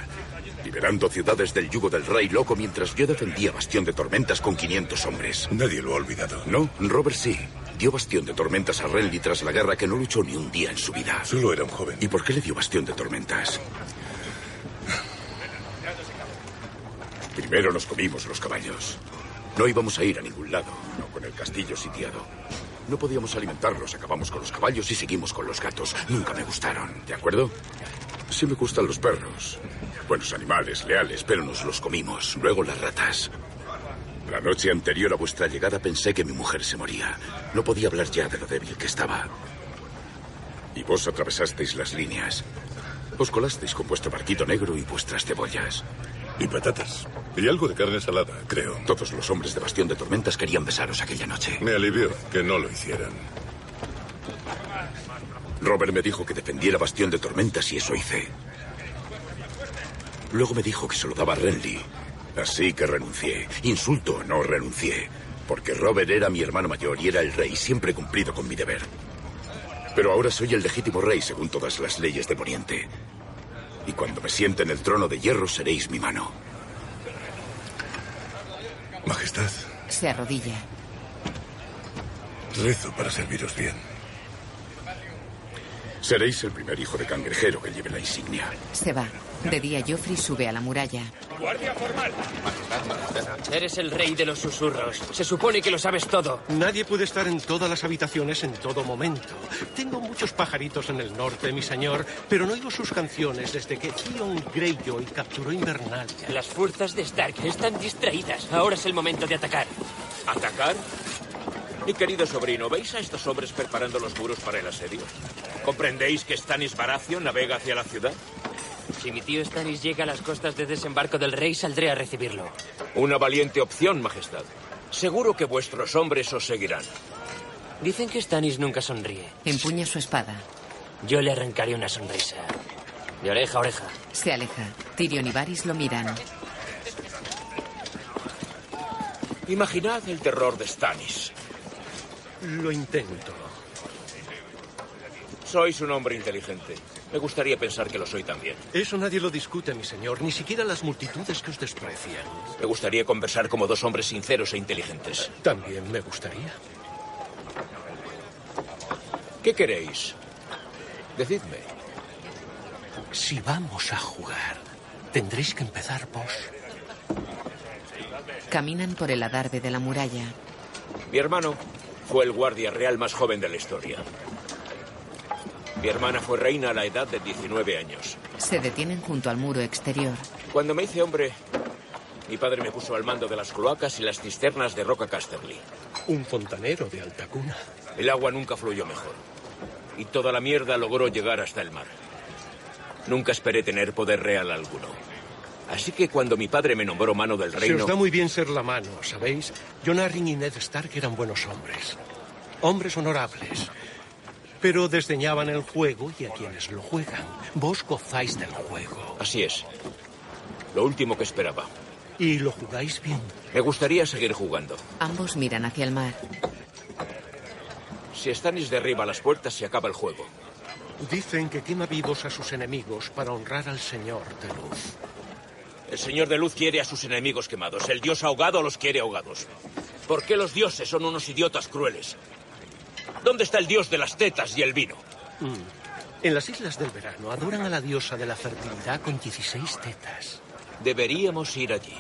Speaker 18: liberando ciudades del yugo del rey loco mientras yo defendía Bastión de Tormentas con 500 hombres.
Speaker 43: Nadie lo ha olvidado.
Speaker 18: No, Robert sí. Dio Bastión de Tormentas a Renly tras la guerra que no luchó ni un día en su vida.
Speaker 43: Solo era un joven.
Speaker 18: ¿Y por qué le dio Bastión de Tormentas? Primero nos comimos los caballos. No íbamos a ir a ningún lado, no con el castillo sitiado. No podíamos alimentarlos, acabamos con los caballos y seguimos con los gatos. Nunca me gustaron, ¿de acuerdo? Sí me gustan los perros. Buenos animales, leales, pero nos los comimos. Luego las ratas. La noche anterior a vuestra llegada pensé que mi mujer se moría. No podía hablar ya de lo débil que estaba. Y vos atravesasteis las líneas. Os colasteis con vuestro barquito negro y vuestras cebollas.
Speaker 43: Y patatas. Y algo de carne salada, creo.
Speaker 18: Todos los hombres de Bastión de Tormentas querían besaros aquella noche.
Speaker 43: Me alivió que no lo hicieran.
Speaker 18: Robert me dijo que defendiera Bastión de Tormentas y eso hice. Luego me dijo que se lo daba a Renly. Así que renuncié. Insulto, no renuncié. Porque Robert era mi hermano mayor y era el rey. Siempre he cumplido con mi deber. Pero ahora soy el legítimo rey según todas las leyes de Poniente. Y cuando me siente en el trono de hierro seréis mi mano.
Speaker 43: Majestad.
Speaker 3: Se arrodilla.
Speaker 43: Rezo para serviros bien.
Speaker 18: Seréis el primer hijo de cangrejero que lleve la insignia.
Speaker 3: Se va. De día, Joffrey sube a la muralla.
Speaker 44: ¡Guardia formal!
Speaker 4: Eres el rey de los susurros. Se supone que lo sabes todo.
Speaker 22: Nadie puede estar en todas las habitaciones en todo momento. Tengo muchos pajaritos en el norte, mi señor, pero no oigo sus canciones desde que Theon Greyjoy capturó Invernalia.
Speaker 4: Las fuerzas de Stark están distraídas. Ahora es el momento de atacar.
Speaker 31: ¿Atacar? Mi querido sobrino, ¿veis a estos hombres preparando los muros para el asedio? ¿Comprendéis que Stannis Baratheon navega hacia la ciudad?
Speaker 4: Si mi tío Stannis llega a las costas de desembarco del rey, saldré a recibirlo.
Speaker 31: Una valiente opción, Majestad. Seguro que vuestros hombres os seguirán.
Speaker 4: Dicen que Stannis nunca sonríe.
Speaker 3: Empuña su espada.
Speaker 4: Yo le arrancaré una sonrisa. De oreja a oreja.
Speaker 3: Se aleja. Tyrion y Varys lo miran.
Speaker 31: Imaginad el terror de Stannis.
Speaker 22: Lo intento.
Speaker 31: Sois un hombre inteligente. Me gustaría pensar que lo soy también.
Speaker 22: Eso nadie lo discute, mi señor, ni siquiera las multitudes que os desprecian.
Speaker 31: Me gustaría conversar como dos hombres sinceros e inteligentes.
Speaker 22: También me gustaría.
Speaker 31: ¿Qué queréis? Decidme.
Speaker 22: Si vamos a jugar, tendréis que empezar vos.
Speaker 3: Caminan por el adarve de la muralla.
Speaker 31: Mi hermano, fue el guardia real más joven de la historia. Mi hermana fue reina a la edad de 19 años.
Speaker 3: Se detienen junto al muro exterior.
Speaker 31: Cuando me hice hombre, mi padre me puso al mando de las cloacas y las cisternas de Roca Casterly.
Speaker 22: Un fontanero de alta cuna.
Speaker 31: El agua nunca fluyó mejor. Y toda la mierda logró llegar hasta el mar. Nunca esperé tener poder real alguno. Así que cuando mi padre me nombró mano del reino...
Speaker 22: Se os da muy bien ser la mano, ¿sabéis? John Arryn y Ned Stark eran buenos hombres. Hombres honorables. Pero desdeñaban el juego y a quienes lo juegan. Vos gozáis del juego.
Speaker 31: Así es. Lo último que esperaba.
Speaker 22: ¿Y lo jugáis bien?
Speaker 31: Me gustaría seguir jugando.
Speaker 3: Ambos miran hacia el mar.
Speaker 31: Si Stannis derriba las puertas, se acaba el juego.
Speaker 22: Dicen que quema vivos a sus enemigos para honrar al Señor de Luz.
Speaker 31: El Señor de Luz quiere a sus enemigos quemados. El Dios ahogado los quiere ahogados. ¿Por qué los dioses son unos idiotas crueles? ¿Dónde está el Dios de las tetas y el vino?
Speaker 22: Mm. En las Islas del Verano adoran a la diosa de la fertilidad con 16 tetas.
Speaker 31: Deberíamos ir allí.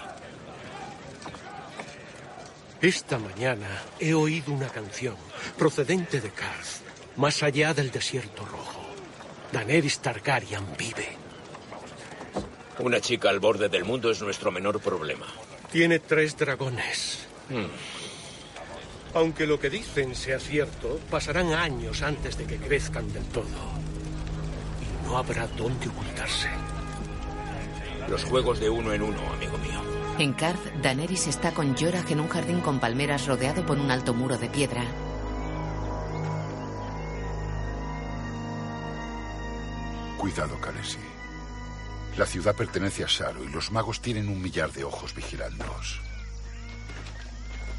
Speaker 22: Esta mañana he oído una canción procedente de Karth, más allá del desierto rojo. Daenerys Targaryen vive.
Speaker 31: Una chica al borde del mundo es nuestro menor problema.
Speaker 22: Tiene tres dragones.
Speaker 31: Hmm.
Speaker 22: Aunque lo que dicen sea cierto, pasarán años antes de que crezcan del todo. Y no habrá dónde ocultarse.
Speaker 31: Los juegos de uno en uno, amigo mío.
Speaker 3: En Karth, Daenerys está con Jorah en un jardín con palmeras rodeado por un alto muro de piedra.
Speaker 20: Cuidado, Khaleesi. La ciudad pertenece a Sharo y los magos tienen un millar de ojos vigilándoos.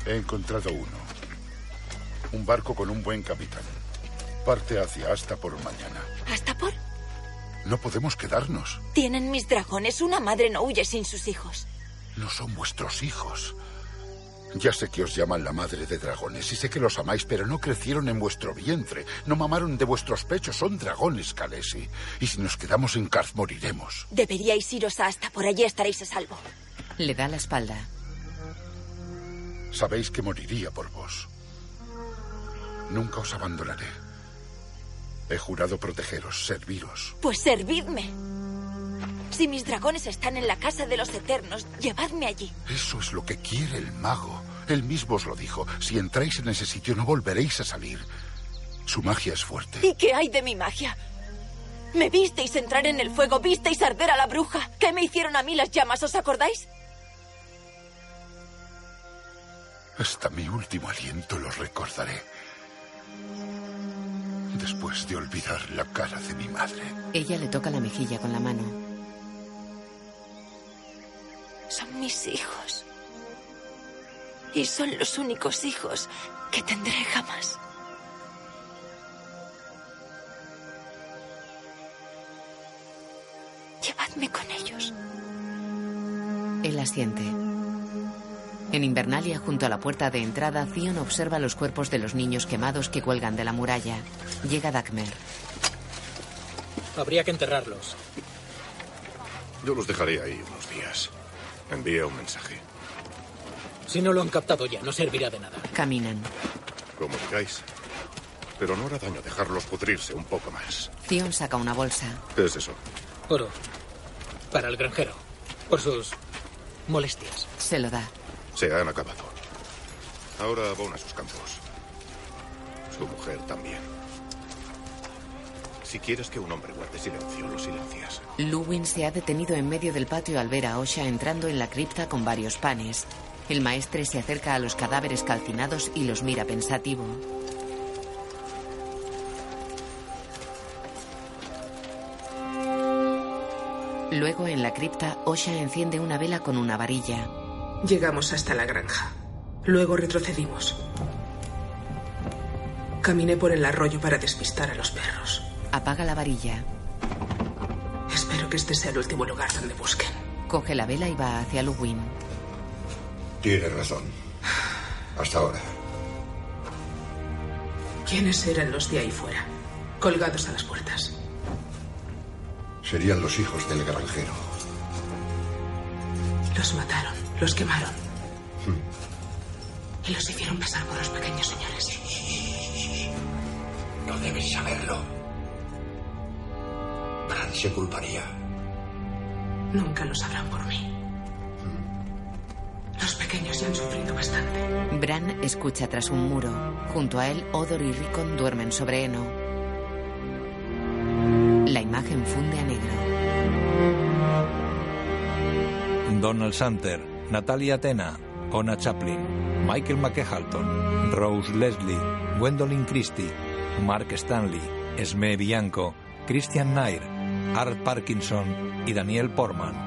Speaker 20: He encontrado uno. Un barco con un buen capitán. Parte hacia hasta por mañana.
Speaker 16: ¿Hasta por?
Speaker 20: No podemos quedarnos.
Speaker 16: Tienen mis dragones. Una madre no huye sin sus hijos.
Speaker 20: No son vuestros hijos. Ya sé que os llaman la madre de dragones y sé que los amáis, pero no crecieron en vuestro vientre, no mamaron de vuestros pechos, son dragones, Kalesi. Y si nos quedamos en Karth moriremos.
Speaker 16: Deberíais iros a hasta por allí estaréis a salvo.
Speaker 3: Le da la espalda.
Speaker 20: Sabéis que moriría por vos. Nunca os abandonaré. He jurado protegeros, serviros.
Speaker 16: Pues servidme. Si mis dragones están en la casa de los eternos, llevadme allí.
Speaker 20: Eso es lo que quiere el mago. Él mismo os lo dijo. Si entráis en ese sitio no volveréis a salir. Su magia es fuerte.
Speaker 16: ¿Y qué hay de mi magia? Me visteis entrar en el fuego, visteis arder a la bruja. ¿Qué me hicieron a mí las llamas? ¿Os acordáis?
Speaker 20: Hasta mi último aliento lo recordaré. Después de olvidar la cara de mi madre.
Speaker 3: Ella le toca la mejilla con la mano.
Speaker 16: Son mis hijos. Y son los únicos hijos que tendré jamás. Llevadme con ellos.
Speaker 3: Él asiente. En Invernalia, junto a la puerta de entrada, Theon observa los cuerpos de los niños quemados que cuelgan de la muralla. Llega Dagmer.
Speaker 4: Habría que enterrarlos.
Speaker 21: Yo los dejaré ahí unos días. Envía un mensaje.
Speaker 4: Si no lo han captado ya, no servirá de nada.
Speaker 3: Caminan.
Speaker 21: Como digáis. Pero no hará daño dejarlos pudrirse un poco más.
Speaker 3: Theon saca una bolsa.
Speaker 21: ¿Qué es eso?
Speaker 4: Oro. Para el granjero. Por sus molestias.
Speaker 3: Se lo da.
Speaker 21: Se han acabado. Ahora abona sus campos. Su mujer también. Si quieres que un hombre guarde silencio, lo silencias.
Speaker 3: Luwin se ha detenido en medio del patio al ver a Osha entrando en la cripta con varios panes. El maestre se acerca a los cadáveres calcinados y los mira pensativo. Luego, en la cripta, Osha enciende una vela con una varilla.
Speaker 7: Llegamos hasta la granja. Luego retrocedimos. Caminé por el arroyo para despistar a los perros.
Speaker 3: Apaga la varilla.
Speaker 7: Espero que este sea el último lugar donde busquen.
Speaker 3: Coge la vela y va hacia Luwin.
Speaker 21: Tienes razón. Hasta ahora.
Speaker 7: ¿Quiénes eran los de ahí fuera? Colgados a las puertas.
Speaker 21: Serían los hijos del granjero.
Speaker 7: Los mataron, los quemaron.
Speaker 12: Hmm.
Speaker 7: Y los hicieron pasar por los pequeños señores.
Speaker 12: No debes saberlo. Bran se culparía.
Speaker 7: Nunca lo sabrán por mí. Los pequeños ya han sufrido bastante.
Speaker 3: Bran escucha tras un muro. Junto a él, Odor y Rickon duermen sobre heno. La imagen funde a negro.
Speaker 2: Donald Santer, Natalia Atena, Ona Chaplin, Michael McEhalton, Rose Leslie, Gwendolyn Christie, Mark Stanley, Esme Bianco, Christian Nair, Art Parkinson y Daniel Portman.